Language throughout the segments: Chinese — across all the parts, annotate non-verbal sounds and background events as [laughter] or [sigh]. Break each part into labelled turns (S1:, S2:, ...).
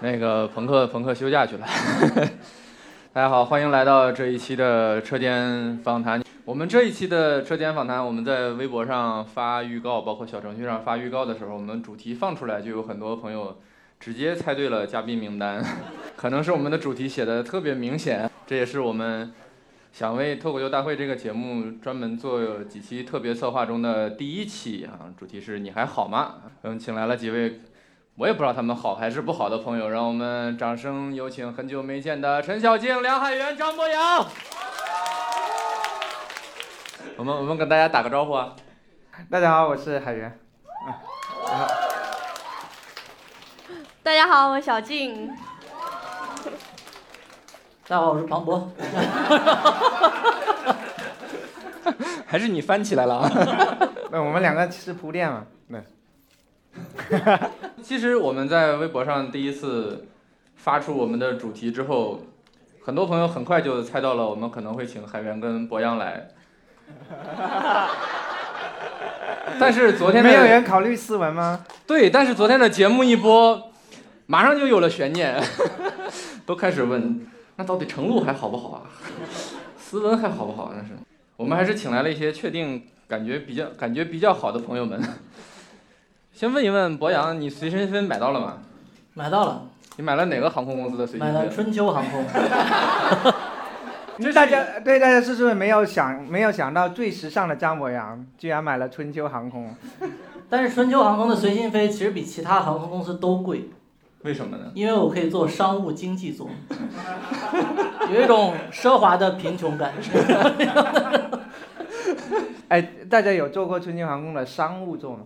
S1: 那个朋克朋克休假去了。 [laughs] 大家好，欢迎来到这一期的车间访谈。我们这一期的车间访谈，我们在微博上发预告，包括小程序上发预告的时候，我们主题放出来就有很多朋友直接猜对了嘉宾名单， [laughs] 可能是我们的主题写的特别明显，这也是我们想为《脱口秀大会》这个节目专门做几期特别策划中的第一期啊，主题是你还好吗？嗯，请来了几位。我也不知道他们好还是不好的朋友，让我们掌声有请很久没见的陈小静、梁海源、张博洋。我们我们跟大家打个招呼啊！
S2: 大家好，我是海源。
S3: 大家好，我小静。
S4: 大家好，我是庞博。
S1: 还是你翻起来了啊！
S2: 那我们两个是铺垫嘛？对。
S1: 嗯其实我们在微博上第一次发出我们的主题之后，很多朋友很快就猜到了我们可能会请海源跟博洋来。 [laughs] 但是昨天的
S2: 没有人考虑斯文吗？
S1: 对，但是昨天的节目一播，马上就有了悬念， [laughs] 都开始问，那到底程璐还好不好啊？斯文还好不好？那是我们还是请来了一些确定感觉比较感觉比较好的朋友们。先问一问博洋，你随身飞买到了吗？
S4: 买到了，
S1: 你买了哪个航空公司的随
S4: 买
S1: 身
S4: 了
S1: 飞？
S4: 春秋航空。
S1: 这是
S2: 大家对大家是不是没有想没有想到最时尚的张博洋居然买了春秋航空？
S4: 但是春秋航空的随心飞其实比其他航空公司都贵，
S1: 为什么呢？
S4: 因为我可以做商务经济座，有一种奢华的贫穷感。 [laughs]
S2: 哎，大家有坐过春秋航空的商务座吗？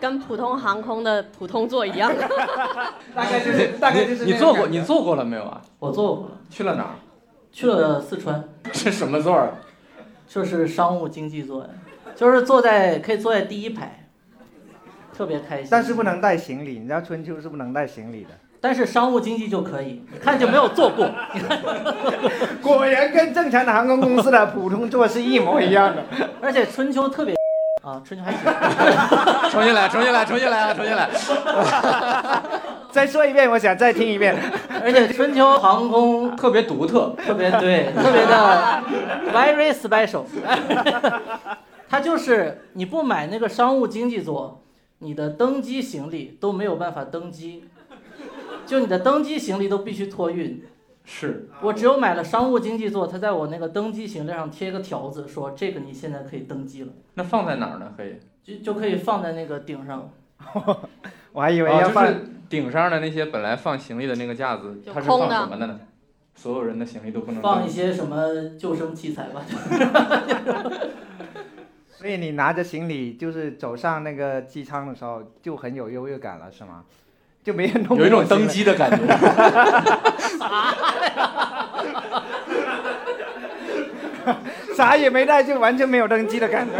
S3: 跟普通航空的普通座
S2: [laughs]
S3: 一样，
S2: 大概就是 [laughs] 大概就是
S1: 你你坐过你坐过了没有啊？
S4: 我坐过了，
S1: 去了哪儿？ [laughs]
S4: 去了四川，
S1: 是什么座儿？ [laughs]
S4: 就是商务经济座，就是坐在可以坐在第一排，特别开心。
S2: 但是不能带行李，你知道春秋是不能带行李的。 [laughs]
S4: 但是商务经济就可以，你看就没有坐过。 [laughs]
S2: 果然跟正常的航空公司的普通座是一模一样的。
S4: 而且春秋特别 [laughs] 啊，春秋还行。
S1: 重新来，重新来，重新来啊，重新来！ [laughs]
S2: 再说一遍，我想再听一遍。
S4: 而且春秋航空
S1: 特别独特，
S4: 特别对，特别的 very special。它就是你不买那个商务经济座，你的登机行李都没有办法登机，就你的登机行李都必须托运。
S1: 是
S4: 我只有买了商务经济座，它在我那个登机行李上贴个条子，说这个你现在可以登机了，
S1: 那放在哪儿呢？可以，
S4: 就就可以放在那个顶上。
S2: 我还以为
S1: 哦
S2: 要放、
S1: 就是顶上的那些本来放行李的那个架子，
S3: 就
S1: 它是
S3: 空
S1: 放
S3: 的
S1: 什么的呢？所有人的行李都不能
S4: 放一些什么救生器材吧，
S2: 所以你拿着行李就是走上那个机舱的时候就很有优越感了，是吗？就没人弄
S1: 有一种
S2: 我行李
S1: 登机的感觉。
S2: 啥也没带，就完全没有登机的感
S4: [laughs]
S2: 觉。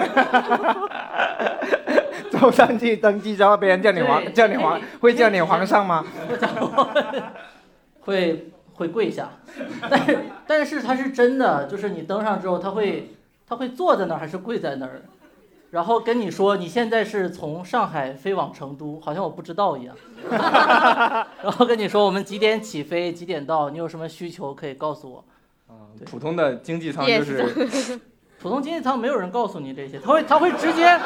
S2: 走上去登机之后，别人叫你皇，
S4: 对
S2: 叫你
S4: 可
S2: 皇
S4: 以，
S2: 会叫你皇上吗？
S4: 会会跪下，但是但是它是真的，就是你登上之后，他会他会坐在那儿还是跪在那儿，然后跟你说你现在是从上海飞往成都，好像我不知道一样， [laughs] 然后跟你说我们几点起飞，几点到，你有什么需求可以告诉我。对
S1: [laughs] 普通的经济舱就是
S4: 普通经济舱没有人告诉你这些，他会他会直接，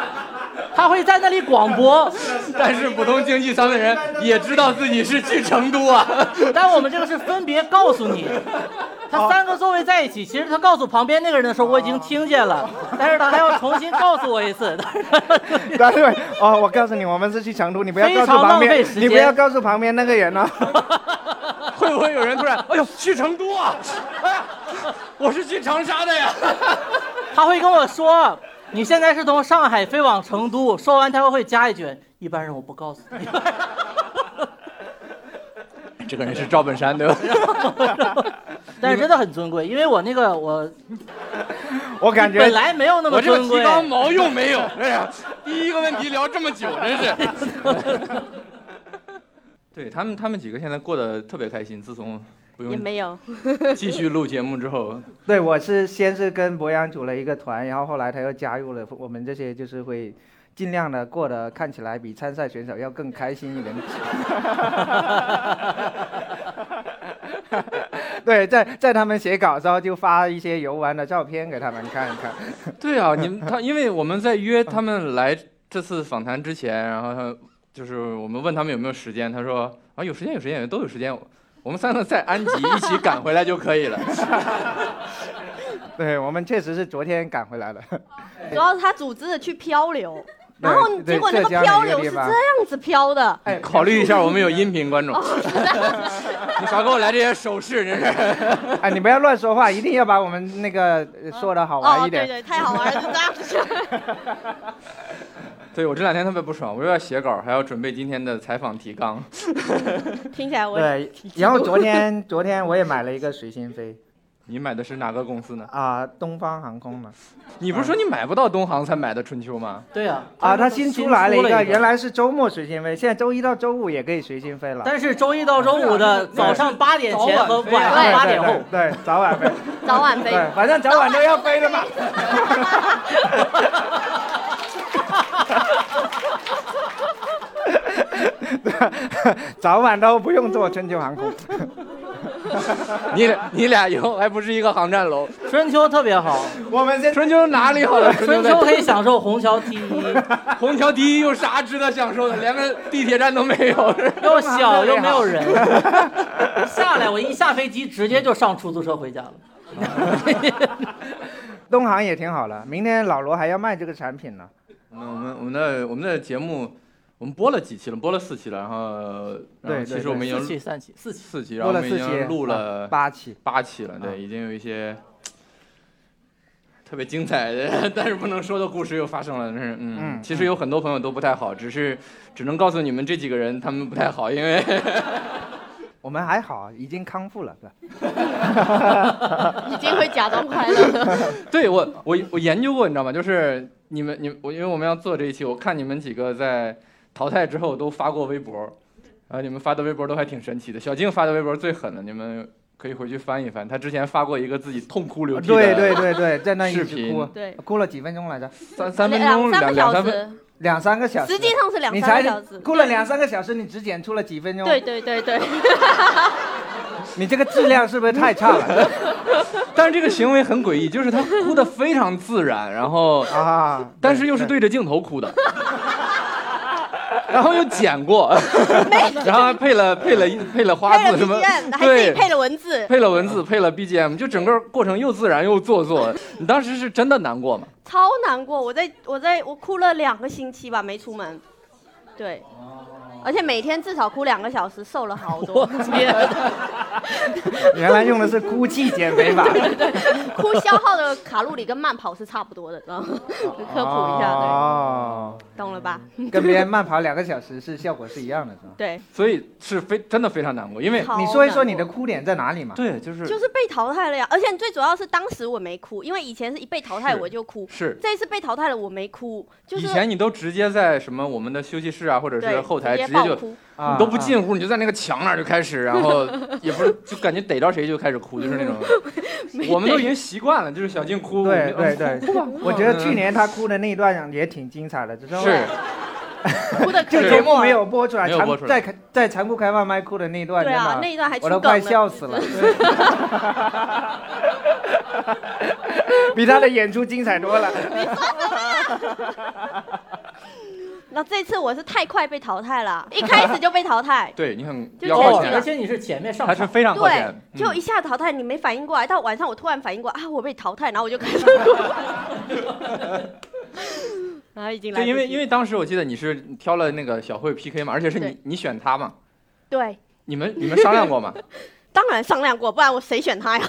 S4: 他会在那里广播，
S1: 但是普通经济舱的
S2: [laughs]
S1: 人也知道自己是去成都啊。
S4: [laughs] 但我们这个是分别告诉
S2: [laughs]
S4: 你，他三个座位在一起，其实他告诉旁边那个人的时候，我已
S2: 哦
S4: 经听见了，但是他还要重新告诉我一次。
S2: [laughs] 然后哦，我告诉你，我们是去成都，你不要告
S4: 非
S2: 诉
S4: 常
S2: 旁
S4: 浪费
S2: 边
S4: 时，间
S2: 你不要告诉旁边那个人哦。
S1: [laughs] 会不会有人突然，哎呦，去成都啊？哎呀，我是去长沙的呀。
S4: 他会跟我说，你现在是从上海飞往成都，说完他又会加一句，一般人我不告诉你。
S1: [laughs] 这个人是赵本山对吧？
S4: 但是真的很尊贵，因为我那个我
S2: 我感觉
S4: 本来没有那
S1: [laughs]
S4: 么
S1: 我这个
S4: 尊
S1: 提
S4: 贵，
S1: 纲毛用没有？ [laughs] 哎呀，第一个问题聊这么久，真是。 [laughs] 对他们，他们几个现在过得特别开心。自从不
S3: 也
S1: 用
S3: 没有，
S1: 继续录节目之
S4: [laughs]
S1: 后，
S2: 对，我是先是跟博洋组了一个团，然后后来他又加入了我们这些，就是会尽量的过得看起来比参赛选手要更开心一点。 [laughs] 对，在在他们写稿的时候就发一些游玩的照片给他们看一看。
S1: 对啊，你们他，因为我们在约他们来这次访谈之前，然后他就是我们问他们有没有时间，他说啊有时间有时间都有时间，我们三个在安吉一起赶回来就可以了。
S2: 对我们确实是昨天赶回来的。
S3: 主要是他组织的去漂流，
S2: 对
S3: 然后结果那
S2: 对浙江的
S3: 漂
S2: 一个
S3: 流
S2: 地
S3: 是这
S2: 方
S3: 样子漂的，
S2: 哎，哦
S1: 考虑一下，我们有音频观众， [laughs] 你少给我来这些手势，真是。 [laughs]
S2: 哎，你不要乱说话，一定要把我们那个呃说的好玩
S3: 哦，
S2: 一
S3: 对对，
S2: 点。
S3: 太好玩了，就这样子。
S1: 对我这两天特别不爽，我又要写稿，还要准备今天的采访提纲。
S3: 听起来我
S2: [laughs] 对，然后昨天昨天我也买了一个随心飞
S1: 你买的是哪个公司呢？
S2: 啊、东方航空嘛。
S1: 你不是说
S2: 嗯
S1: 你买不到东航才买的春秋吗？
S4: 对呀、
S2: 啊，
S4: 他
S2: 他
S4: 们新
S2: 新出来了
S4: 一
S2: 一个，原，来是周末随心飞，现在周一到周五也可以随心飞了。
S4: 但是周一到周五的早上八点前和
S1: 对
S4: 晚上
S2: 对
S4: 八点
S2: 对
S4: 后，
S2: 对，对早 [laughs] 晚飞，
S3: 早晚飞，
S2: 对，反正早晚都要飞的嘛。 [laughs] 早晚都不用坐春秋航空，
S1: 你俩你俩以后还不是一个航站楼？
S4: 春秋特别好，
S2: [laughs] 我们先
S1: 春秋哪里好了？春
S4: 春
S1: 秋
S4: 秋可
S1: 在
S4: 以享受虹桥 T [laughs] 一，
S1: 虹桥第一有啥值得享受的？连个地铁站都没有。 [laughs]
S4: 又小又没有 [laughs] 人，下来我一下飞机直接就上出租车回家了。 [laughs]
S2: 东航也挺好了，明天老罗还要卖这个产品呢。
S1: 那我们我们的我们的节目，我们播了几期了？播了四期了，然后然后
S2: 对
S1: 其实我们已
S4: 四
S1: 经
S4: 期三期四期，
S1: 四期，然后
S2: 录
S1: 我
S2: 了
S1: 们已
S2: 四期，
S1: 经录
S2: 啊
S1: 了
S2: 八期，
S1: 八期
S2: 啊
S1: 了，对，已经有一些特别精彩的， [laughs] 但是不能说的故事又发生了。但是，嗯，
S2: 嗯
S1: 其实有很多朋友都不太好，只是只能告诉你们这几个人他们不太好，因为 [laughs]
S2: 我们还好，已经康复了。对
S3: 已经会假装快乐了。
S2: [laughs]
S1: 对我我我研究过，你知道吗？就是你们你我，因为我们要做这一期，我看你们几个在淘汰之后都发过微博，然后你们发的微博都还挺神奇的。小静发的微博最狠了，你们可以回去翻一翻，她之前发过一个自己痛哭流涕的，
S2: 对对对对，在那一
S1: 视
S2: 直
S1: 频
S2: 哭，
S3: 对，
S2: 哭了几分钟来着？
S1: 三三分
S3: 两
S1: 钟
S3: 三
S1: 两两
S3: 个
S1: 三
S3: 小
S1: 分
S3: 时，
S2: 两三个小时。
S3: 实际上是两
S2: 你
S3: 三
S2: 才
S3: 个小时。
S2: 哭了两三个小时，你只剪出了几分钟，
S3: 对对对对，
S2: [laughs] 你这个质量是不是太差
S3: [laughs]
S2: 了
S1: 但是这个行为很诡异，就是他哭得非常自然，然后
S2: 啊？
S1: 但是又是对着镜头哭的，然后又剪过，然后还配了配了配了花
S3: 配
S1: 字
S3: 了
S1: 什么
S3: BGM，，还自己
S1: 对，
S3: 配了文字，
S1: 配了文字，配了 BGM，就整个过程又自然又做作。你当时是真的难过吗？
S3: 超难过。我在我在我哭了两个星期吧，没出门。对，而且每天至少哭两个小时，瘦了好
S2: [laughs]
S3: 多。
S2: 对原来用的是哭泣减肥
S3: [laughs]
S2: 法，
S3: 哭消耗的卡路里跟慢跑是差不多的，然 [laughs] 后科普一下，
S2: 哦，
S3: 对，懂了吧？
S2: 跟别人慢跑两个小时是效果是一样的，是吗？
S3: 对，
S1: 所以是非真的非常难过，因为
S3: 好
S2: 你说一说你
S3: 难
S2: 的
S3: 过。
S2: 哭点在哪里嘛？
S1: 对，就是
S3: 就是被淘汰了呀，而且最主要是当时我没哭，因为以前是一被淘汰
S1: 是
S3: 我就哭，
S1: 是。
S3: 这一次被淘汰了我没哭，就是
S1: 以前你都直接在什么我们的休息室啊，或者是
S3: 对
S1: 后台直接
S3: 爆
S1: 就
S3: 哭，
S2: 啊
S1: 你都不进屋，你就在那个墙那儿就开始，然后也不是，就感觉逮着谁就开始哭，就是那
S3: [laughs]
S1: 种。我们都已经习惯了，就是小静哭，
S2: 对
S1: 我们
S2: 对对
S3: [laughs]
S1: 哭吧哭吧
S2: 我觉得去年他哭的那一段也挺精彩的，只是
S1: [laughs] 是
S3: 哭的
S2: 这
S1: 是
S2: 个节目没有播出来，
S1: 没有
S2: 残
S1: 播出来，
S2: 在开在残酷开放麦哭的那一段，
S3: 对
S2: 真
S3: 啊
S2: 的，
S3: 那一段还出
S2: 我
S3: 梗
S2: 都
S3: 了，
S2: 快笑死
S3: [laughs]
S2: 了，比他的演出精彩
S3: [laughs]
S2: 多了。
S3: 那这次我是太快被淘汰了，一开始就被淘汰
S1: 对，你很
S3: 就
S1: 要
S3: 这
S1: 靠
S3: 样
S4: 哦，
S3: 花钱
S4: 而
S1: 前，
S4: 且你是前面上
S1: 他是
S4: 场，
S1: 非常靠
S3: 对
S1: 前，，
S3: 就
S1: 嗯
S3: 一下淘汰，你没反应过来，到晚上我突然反应过来啊，我被淘汰，然后我就开始 [laughs] 哭，然后已经来不
S1: 对，
S3: 及了，
S1: 因为因为当时我记得你是挑了那个小慧 PK 嘛，而且是你
S3: 对
S1: 你选他嘛，
S3: 对，
S1: 你们你们商量过吗？ [laughs]
S3: 当然商量过，不然我谁选他呀？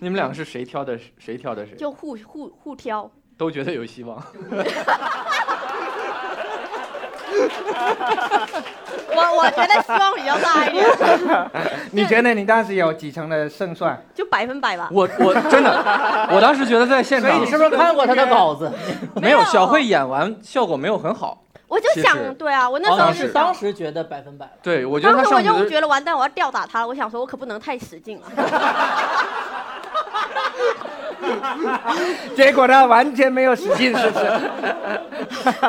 S1: 你们两个是谁挑的谁挑的谁，
S3: 就互互互挑，
S1: 都觉得有希望。
S3: 我我觉得希望比较大一点，
S2: 你觉得你当时有几成的胜算？
S3: 就百
S1: [laughs]
S3: 分百吧。
S1: [laughs] 我我真的，我当时觉得在现
S4: 所以
S1: 场
S4: 你是不是看过他的稿子？
S1: 没有小慧演完效果没有很好，
S3: 我就
S1: 其实
S3: 想，对啊，我那时
S1: 当
S3: 候
S4: 哦
S3: 就
S4: 当
S1: 时
S4: 时
S3: 想
S4: [laughs] 当时觉得百分百了，
S1: 对我觉得
S3: 当
S1: 她
S3: 时我
S1: 上去
S3: 就
S1: 的
S3: 觉得完蛋，我要吊打他了。我想说，我可不能太使劲了。
S2: 结果呢，完全没有使劲，是不是？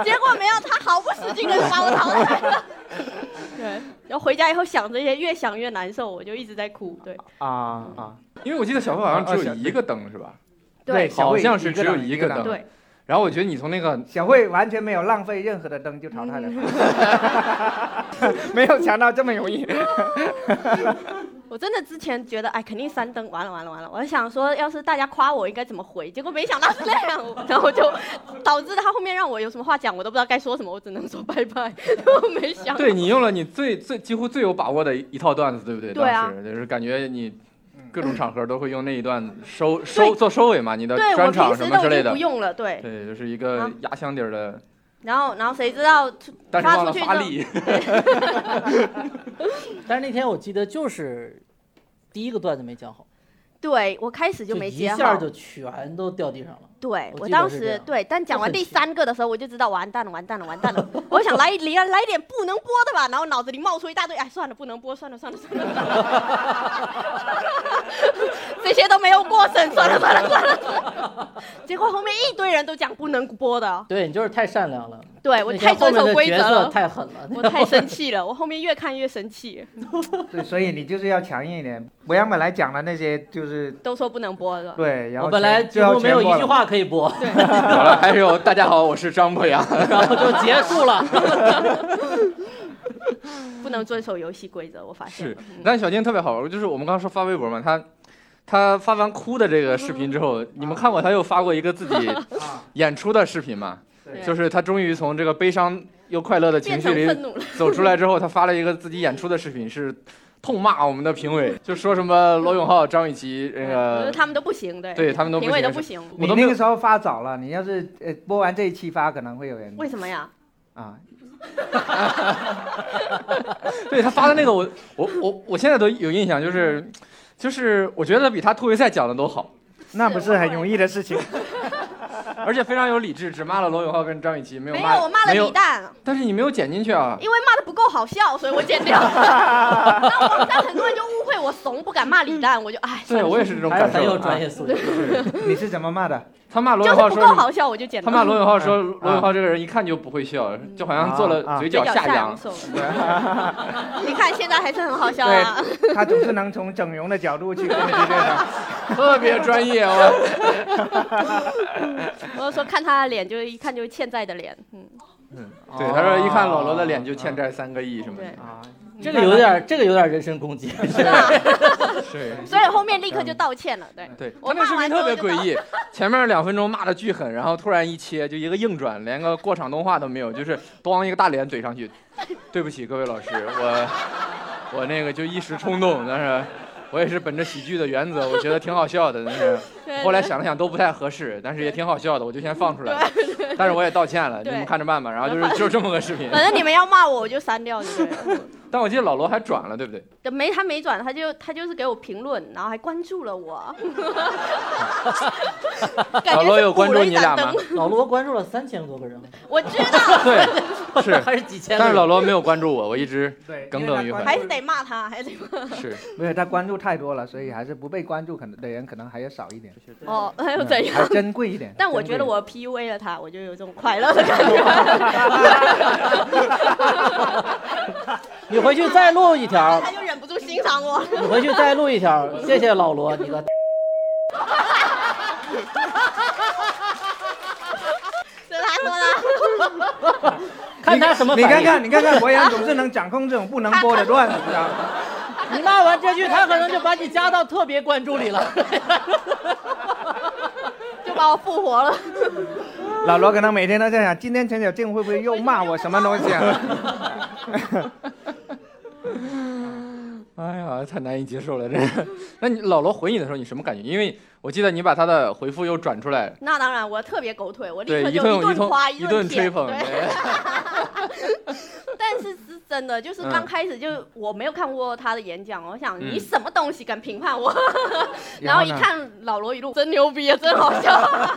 S3: 结果没有，他毫不使劲的就把我淘汰了。 [laughs] 对，然后回家以后想这些，越想越难受，我就一直在哭。对，
S2: 啊啊，
S1: 因为我记得小慧好像只有一个灯是吧？
S3: [laughs] 对
S2: 小
S1: 好
S2: 慧
S1: 像是只有
S2: 档
S1: 一个
S2: 档
S1: 档
S3: 对，
S1: 然后我觉得你从那个
S2: 小慧完全没有浪费任何的灯就淘汰了，
S3: 嗯
S2: [laughs] 没有强到这么
S3: [laughs]
S2: 容易。
S3: 我真的之前觉得，哎，肯定三灯，完了完了完了。我还想说，要是大家夸我应该怎么回，结果没想到是那样，然后就导致他后面让我有什么话讲，我都不知道该说什么，我只能说拜拜。 [laughs] 我没想，
S1: 对你用了你最最几乎最有把握的一套段子，对不对？
S3: 对啊
S1: 当时就是感觉你各种场合都会用那一段收收做收尾嘛，你的
S3: 对我
S1: 专场
S3: 平
S1: 什
S3: 时
S1: 么
S3: 都
S1: 之
S3: 已
S1: 类
S3: 经
S1: 的
S3: 不。用了，对。
S1: 对，就是一个
S3: 啊
S1: 压箱底儿的，
S3: 然后然后谁知道出
S1: 但是忘了
S3: 出去
S1: 发
S3: 之后 [laughs]
S1: 力。
S4: 但是那天我记得就是第一个段子没讲好，
S3: 对我开始就没
S4: 一
S3: 接
S4: 下
S3: 好，
S4: 就全都掉地上了。
S3: 对
S4: 我
S3: 我
S4: 记得
S3: 当
S4: 是这
S3: 时
S4: 样
S3: 对，但讲
S4: 就
S3: 完
S4: 很
S3: 第
S4: 气
S3: 三个的时候，我就知道完蛋了，完蛋了，完蛋
S4: [laughs]
S3: 了。我想来来来点不能播的吧，然后脑子里冒出一大堆，哎，算了，不能播，算了算了 [laughs] 算了，这些都没有过审，算了算了算了算了。 [laughs] 结果后面一堆人都讲不能播的，
S4: 对你就是太善良了，
S3: 对我
S4: 那些
S3: 太
S4: 后
S3: 遵
S4: 面
S3: 守
S4: 的
S3: 规
S4: 角
S3: 则
S4: 色
S3: 了。
S4: 太狠了。
S3: 我太生气了，我后面越看越生气，
S2: 对，所以你就是要强硬一点。博洋本来讲的那些就是
S3: 都说不能播的。
S2: 对，然后
S4: [laughs] 我本来
S2: 全
S4: 几
S2: 最后
S4: 乎没有
S2: 全过
S4: 一句
S2: 了
S4: 话可以播，
S1: 好了，还有哎大家好，我是张
S3: [laughs]
S1: 博洋。
S4: 然后就结束了。
S3: 不能遵守游戏规则，我发现
S1: 是
S3: 了。嗯，
S1: 但小金特别好玩，就是我们刚刚说发微博嘛，他他发完哭的这个视频之后，你们看过他又发过一个自己
S2: 啊，
S1: 演出的视频嘛？
S2: 对
S1: 就是他终于从这个悲伤又快乐的情
S3: 变
S1: 绪
S3: 成
S1: 里
S3: 愤怒了。
S1: [laughs] 走出来之后，他发了一个自己演出的视频，是痛骂我们的评委，就说什么罗永浩、张雨绮那
S3: [laughs] 我觉得
S1: 个，
S3: 他们都不行，对，
S1: 对他们都不
S3: 评委
S1: 行
S3: 都不
S1: 是
S3: 行，
S1: 我
S2: 你
S1: 都没
S2: 那
S1: 有
S2: 个时候发早了，你要是呃播完这一期发，可能会有人
S3: 为什么呀？
S2: 啊，
S1: 对他发的那个我，我我我现在都有印象，就是就是我觉得比他突围赛讲的都好，
S2: 那不是很容易的事情。
S1: 而且非常有理智，只骂了罗永浩跟张雨绮，没有
S3: 没
S1: 骂
S3: 有，我骂了
S1: 没有
S3: 李诞，
S1: 但是你没有剪进去啊。
S3: 因为骂的不够好笑，所以我剪掉 [laughs] 了。那网上很多人就误会我怂，不敢骂李诞，我就哎，
S1: 对，
S3: 算了
S1: 我也是这种
S4: 还是
S1: 感受。啊
S4: 很有啊专业素养。
S3: 啊
S2: 你是怎么骂的？
S1: 他骂罗
S3: 就
S1: 永浩
S3: 是不够
S1: 说，
S3: 好笑，我就剪
S1: 他
S3: 掉。
S1: 骂罗永浩说，
S2: 嗯
S1: 罗永浩这个人一看就不会笑，就好像做
S2: 啊
S1: 了
S2: 啊
S1: 嘴
S3: 嘴
S1: 角
S3: 角
S1: 下扬
S3: 下
S1: [laughs]
S3: 扬。手了。 [laughs] 你看现在还是很好笑啊。
S2: 他总是能从整容的角度去跟你对的。
S1: 特别专业哦。
S3: [laughs]
S4: [laughs]
S3: 我就说看他的脸，就一看就是欠债的脸。嗯，
S1: 对，他说一看老罗的脸就欠债三个亿什么
S3: 对
S1: 的。
S2: 啊，
S4: [laughs] 这个有点，这个有点人身攻击。
S3: 是吧？ [laughs]
S1: 对。
S3: 所以后面立刻就道歉了。对，
S1: 对，嗯他
S3: 我
S1: 那视
S3: 骂
S1: 频
S3: 完
S1: 特别
S3: 之后就
S1: 诡异，前面两分钟骂的巨狠，然后突然一切就一个硬转，连个过场动画都没有，就是咣一个大脸怼上去。对不起各位老师，我我那个就一时冲动，但是我也是本着喜剧的原则，我觉得挺好笑的，但是
S3: 对
S1: 后来
S3: 对
S1: 想了想都不太合适，但是也挺好笑的，我就先放出来了。但是我也道歉了，你
S3: 对
S1: 们看着办吧。然后
S3: [laughs]
S1: 就是就是这么个视频，
S3: 反正你们要骂我，我就删掉，对不对？
S1: 但我记得老罗还转了，对不对？
S3: 对没他没转，他就他就是给我评论，然后还关注了我。
S1: [laughs]
S3: 感
S1: 老
S3: 觉
S1: 罗
S3: 是
S1: 有
S3: 补
S1: 关
S3: 了
S1: 注
S3: 一
S1: 你
S3: 盏
S1: 俩
S3: 灯
S1: 吗？
S4: [laughs] 老罗关注了三千多个人，
S3: 我
S1: [laughs]
S3: 知道， [laughs]
S1: 对，是，
S4: [laughs] 还是几千个
S1: 但
S4: 人。
S1: 是老罗没有关注我，我一直
S2: 对，
S1: 耿
S2: 因为
S1: 耿
S2: 他
S1: 于怀
S2: 关
S3: 还
S2: 注
S3: 是得骂他，还是得
S1: [laughs]
S3: 骂。
S1: 是
S2: [laughs] 没有他关注太多了，所以还是不被关注可能的人可能还要少一点，
S3: 哦，还有
S2: 嗯
S3: 怎
S2: 还
S3: 样？
S2: 珍贵一点。
S3: 但我
S2: 珍
S3: 觉
S2: 贵
S3: 得
S2: 一
S3: 我 PUA 了他，我就有这种快乐的感
S1: [laughs]
S3: 觉。
S4: 你回去再录一条，
S3: 他就忍不住欣赏我。
S4: 你回去再录一条。谢谢老罗，你个
S3: 是他说的，
S4: 看他什么
S2: 你
S4: 反
S2: 看
S4: 应。
S2: 看，你看看，博洋总是能掌控这种不能播的段子，你知道吗？
S4: 你骂完这句，他可能就把你加到特别关注里了。哦
S3: 就把我复活了。
S2: 老罗可能每天都在想，今天陈小静会不会又骂我什么
S3: [laughs]
S2: 东西啊？
S1: 哎呀，太难以接受了，这个。 [laughs] 那你老罗回你的时候，你什么感觉？因为我记得你把他的回复又转出来，
S3: 那当然，我特别狗腿，我立
S1: 对，
S3: 刻
S1: 一
S3: 就
S1: 通一
S3: 顿
S1: 通
S3: 夸，
S1: 一顿
S3: 舔
S1: 吹捧，
S3: 对
S1: 对
S3: 但是是真的，就是
S1: 嗯
S3: 刚开始就我没有看过他的演讲，我想
S1: 嗯
S3: 你什么东西敢评判我？然
S2: 然
S3: 后
S2: 后
S3: 一
S2: 呢
S3: 看老罗语录，真牛逼啊，真好笑。
S1: 啊，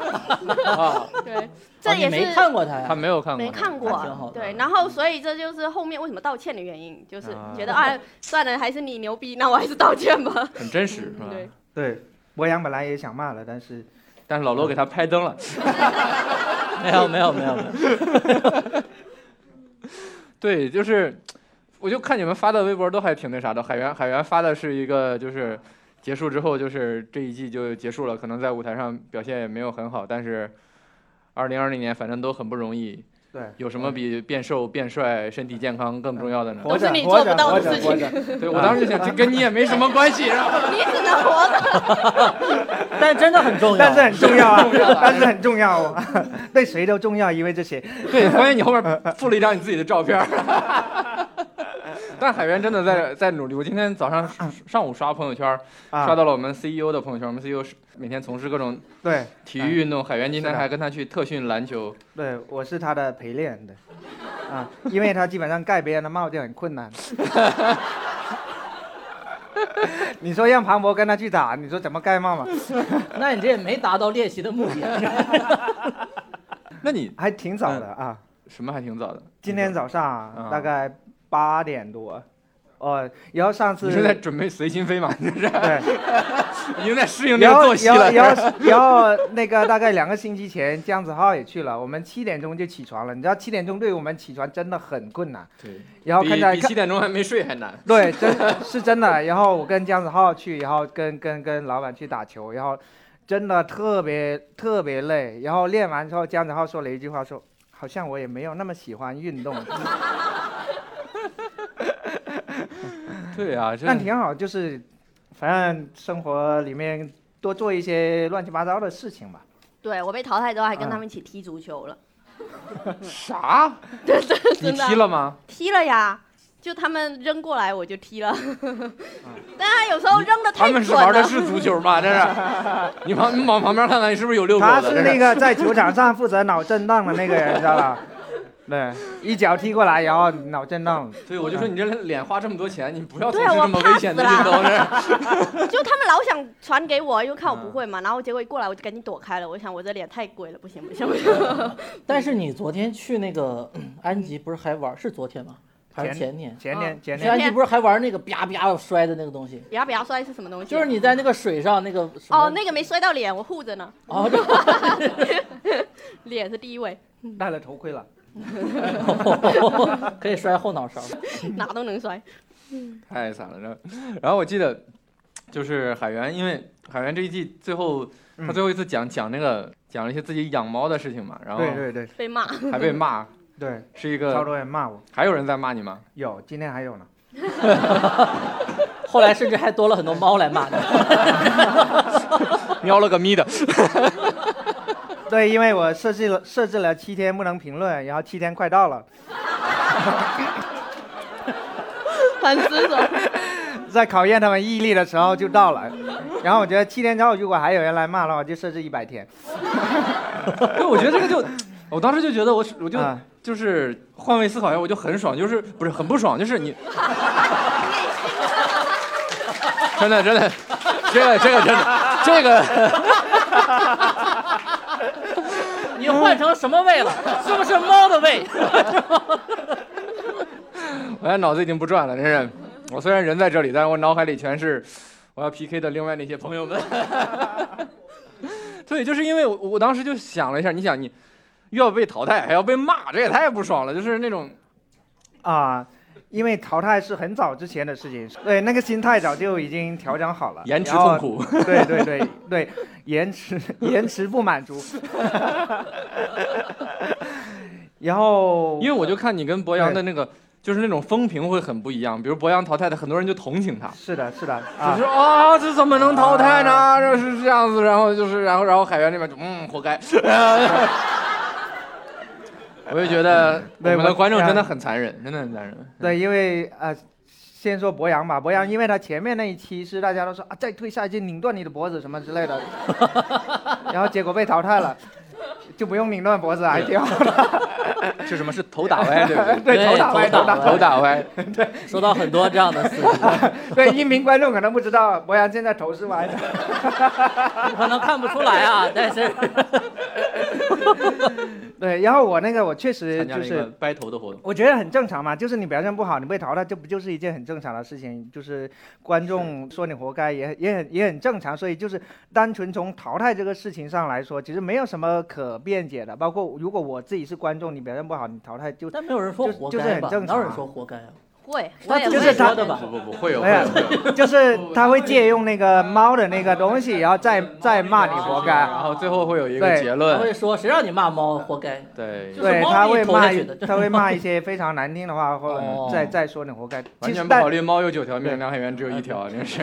S3: 对，
S4: 哦
S3: 这
S4: 你
S3: 也
S4: 没
S3: 是
S4: 看过他
S1: 他
S4: 呀？
S1: 没有看过，
S3: 没看
S4: 那挺
S3: 过
S4: 好
S3: 啊
S4: 的，
S3: 对。然后所以这就是后面为什么道歉的原因，就是
S1: 啊
S3: 觉得啊，算了，还是你牛逼，那我还是道歉吧。
S1: 很真实是吧？
S3: 嗯对，
S2: 对，博洋本来也想骂了，但是
S1: 但是老罗给他拍灯了。
S4: 没有没有没有没有，
S1: 对，就是，我就看你们发的微博都还挺那啥的。海源海源发的是一个，就是结束之后，就是这一季就结束了，可能在舞台上表现也没有很好，但是二零二零年反正都很不容易。
S2: 对，
S1: 有什么比变瘦、变帅、身体健康更重要的呢？
S2: 活
S3: [laughs] 都
S2: 着
S3: 是你
S2: 活
S3: 做
S2: 着
S3: 不到
S2: 活
S3: 的
S2: 着
S3: 事情
S2: 活着，
S1: [laughs] 对我当时就想，这跟你也没什么关系，然后
S3: 你只能活着。
S4: 但真的很重要。
S2: 但是很重
S3: [laughs]
S2: 要啊
S1: 重要啊，
S2: 但是很重要啊， [laughs] 对谁都重要，因为这些。
S1: [laughs] 对，发现你后 [laughs] 面附了一张你自己的照片儿。 [laughs] 但海源真的在在努力。我今天早上上午刷朋友圈儿，刷
S2: 啊，
S1: 到了我们 CEO 的朋友圈儿。我们 CEO 是每天从事各种
S2: 对
S1: 体育运动，海源今天
S2: 是的
S1: 还跟他去特训篮球。
S2: 对，我是他的陪练的，啊，因为他基本上盖别人的帽就很困难。 [laughs] 你说让庞博跟他去打，你说怎么盖帽嘛？
S4: 那你这也没达到练习的目的。 [laughs]
S1: 那你
S2: 还挺早的啊，
S1: 什么还挺早的？
S2: 今天早上
S1: 嗯
S2: 啊大概八点多，哦，然后上次
S1: 你是在准备随心飞 [laughs] 吗？你是
S2: 对，
S1: 已经在适应这
S2: 然
S1: 个
S2: 后
S1: 作息了。
S2: 然后
S1: [laughs]
S2: 然后那个大概两个星期前，姜子浩也去了，我们七点钟就起床了。你知道七点钟对我们起床真的很困难，
S1: 对，
S2: 然后看
S1: 比
S2: 在
S1: 比
S2: 看
S1: 七点钟还没睡还难。
S2: 对，真是真的。然后我跟姜子浩去，然后跟跟跟老板去打球，然后真的特别特别累。然后练完之后，姜子浩说了一句话说。好像我也没有那么喜欢运
S1: [laughs]
S2: 动，
S1: 对 [laughs] 啊，这
S2: 但挺好，就是反正生活里面多做一些乱七八糟的事情吧。
S3: 对我被淘汰之后，还跟他们一起踢足球了，
S1: 啥？ [laughs] 你
S3: 真的
S1: 踢了吗？
S3: 踢了呀。就他们扔过来，我就踢了。 [laughs] 但他有时候扔
S1: [laughs]
S3: 的
S1: 他
S3: 太
S1: 们
S3: 准
S1: 是玩的
S3: 了，
S1: 是足球吗？这是，
S3: [laughs]
S1: 你旁你往旁边看看，是不是有遛狗
S2: 他
S1: 的？
S2: 是
S1: 这
S2: 那个在球场上负责脑震荡的那个人，知道吧？对，一脚踢过来，然后脑震荡。
S1: 对，我就说你这脸花这么多钱，你不要从
S3: 对
S1: 事
S3: 我
S1: 这么危险的运
S3: 怕死
S1: 动。这
S3: 就他们老想传给我，因为看我不会
S4: 嗯
S3: 嘛。然后结果一过来，我就赶紧躲开了。我想我这脸太贵了，不行不
S4: [laughs]
S3: 行不行。
S4: 但是你昨天去那个嗯安吉，不是还玩？是昨天吗？还是前天？
S2: 前天前
S4: 去
S2: 天
S4: 安吉不是还玩那个啪啪摔的那个东西？
S3: 比亚比亚摔是什么东西？
S4: 就是你在那个水上那个什么
S3: 哦，那个没摔到脸，我护着呢，
S4: 哦，这
S3: 脸是第一位，
S2: 戴了头盔了，
S4: 可以摔后脑勺。 [laughs]
S3: 哪都能摔。
S1: 太惨了，这。然后我记得，就是海源，因为海源这一季最后他
S2: 嗯
S1: 最后一次讲讲那个讲了一些自己养猫的事情嘛，然
S2: 对
S1: 后
S2: 对对
S3: 被骂，
S4: [laughs]
S1: 还被骂，
S2: 对，
S1: 是一
S2: [laughs] 超
S1: 个
S2: 多人骂我，
S1: 还有人在骂你吗？ [laughs]
S2: 有今天还有呢。
S4: 后来甚至还多了很多猫来骂你。
S1: 喵了个咪的， [laughs]
S2: 对，因为我设置了设置了七天不能评论，然后七天快到了，
S3: 很执着。
S2: 在考验他们毅力的时候就到了。然后我觉得七天之后如果还有人来骂的话，我就设置一百天。
S1: [laughs] 对，我觉得这个就，我当时就觉得我是我就、
S2: 啊
S1: 就是换位思考一下，我就很爽，就是不是很不爽，就是你，真的真的，这个这个真的这个，
S4: 你换成什么胃了？是不是猫的胃？ [laughs]
S1: 我现在脑子已经不转了，真是。我虽然人在这里，但是我脑海里全是我要 PK 的另外那些朋友们。 [laughs] 对，就是因为我我当时就想了一下，你想你又要被淘汰，还要被骂，这也太不爽了，就是那种
S2: 啊，因为淘汰是很早之前的事情，对，那个心态早就已经调整好了，
S1: 延迟
S2: 然后
S1: 痛苦。
S2: [laughs] 对对对对，延迟延迟不满足。 [laughs] 然后
S1: 因为我就看你跟博洋的那个，就是那种风评会很不一样。比如博洋淘汰的，很多人就同情他，
S2: 是的，是的
S1: 就
S2: 啊
S1: 是，啊、这怎么能淘汰呢？这是这样子，然后就是，然后然后海源那边就嗯，活该。 [laughs] 我就觉得我
S2: 对
S1: 们的
S2: 我
S1: 观众真的很残忍，真的很残忍。
S2: 对，因为啊、呃先说博洋吧，博洋因为他前面那一期是大家都说啊，
S1: [laughs]
S2: 再退下一季拧断你的脖子什么之类的，然后结果被淘汰了。就不用拧断脖子啊，还挺好的。
S1: [laughs]
S2: [laughs]
S1: 是什么？是头打歪，对不 [laughs] 对？
S2: 对，头打歪，
S4: 头
S2: 头
S4: 打
S2: 打
S4: 歪
S2: 歪。
S1: 头打歪，
S4: 收到很多这样的私信，
S2: 对，一名观众可能不知道，博洋现在头是歪的。 [laughs]
S4: 可能看不出来啊，但是
S2: 对，然后我那个我确实
S1: 参加
S2: 就
S1: 了一个
S2: 是。
S1: 掰头的活动。
S2: 我觉得很正常嘛，就是你表现不好，你被淘汰，这不就是一件很正常的事情？就是观众说你活该也很也很也很正常，所以就是单纯从淘汰这个事情上来说，其实没有什么可辩解的。包括如果我自己是观众，你表现不好，你淘
S4: [laughs]
S2: 汰
S4: [laughs]
S2: 就
S4: 但没有人说
S2: 就
S4: 活
S2: 就是
S4: 该
S2: 很
S4: 吧？
S2: 正
S4: 哪有
S2: 常
S4: 人
S2: 啊
S4: 说活该啊？
S3: 会，
S4: 是
S3: 我
S4: 他
S3: 也
S4: 自
S2: 己
S3: 会
S2: 说
S4: 的吧
S1: 不不不，会有
S2: 没
S1: 会
S2: 有
S1: 有会有。
S2: 就是他会借用那
S4: [laughs] 哦
S2: 个猫的那个东西，然后再再骂你活该。
S1: 然后最后会有一个
S2: 对
S1: 结
S4: 他
S1: 论，
S4: 会说谁让你骂猫活该？
S1: 对
S4: 就，是
S2: 对，
S4: 猫
S2: 他
S4: 咪
S2: 会
S4: 投
S2: 骂
S4: 下去的
S2: 他会骂一些非常难听的话，或
S4: 哦
S2: 者再再说你活该。其
S1: 完
S2: 实
S1: 全不
S2: 但
S1: 考虑猫有九条命，梁海源只有一条，真是。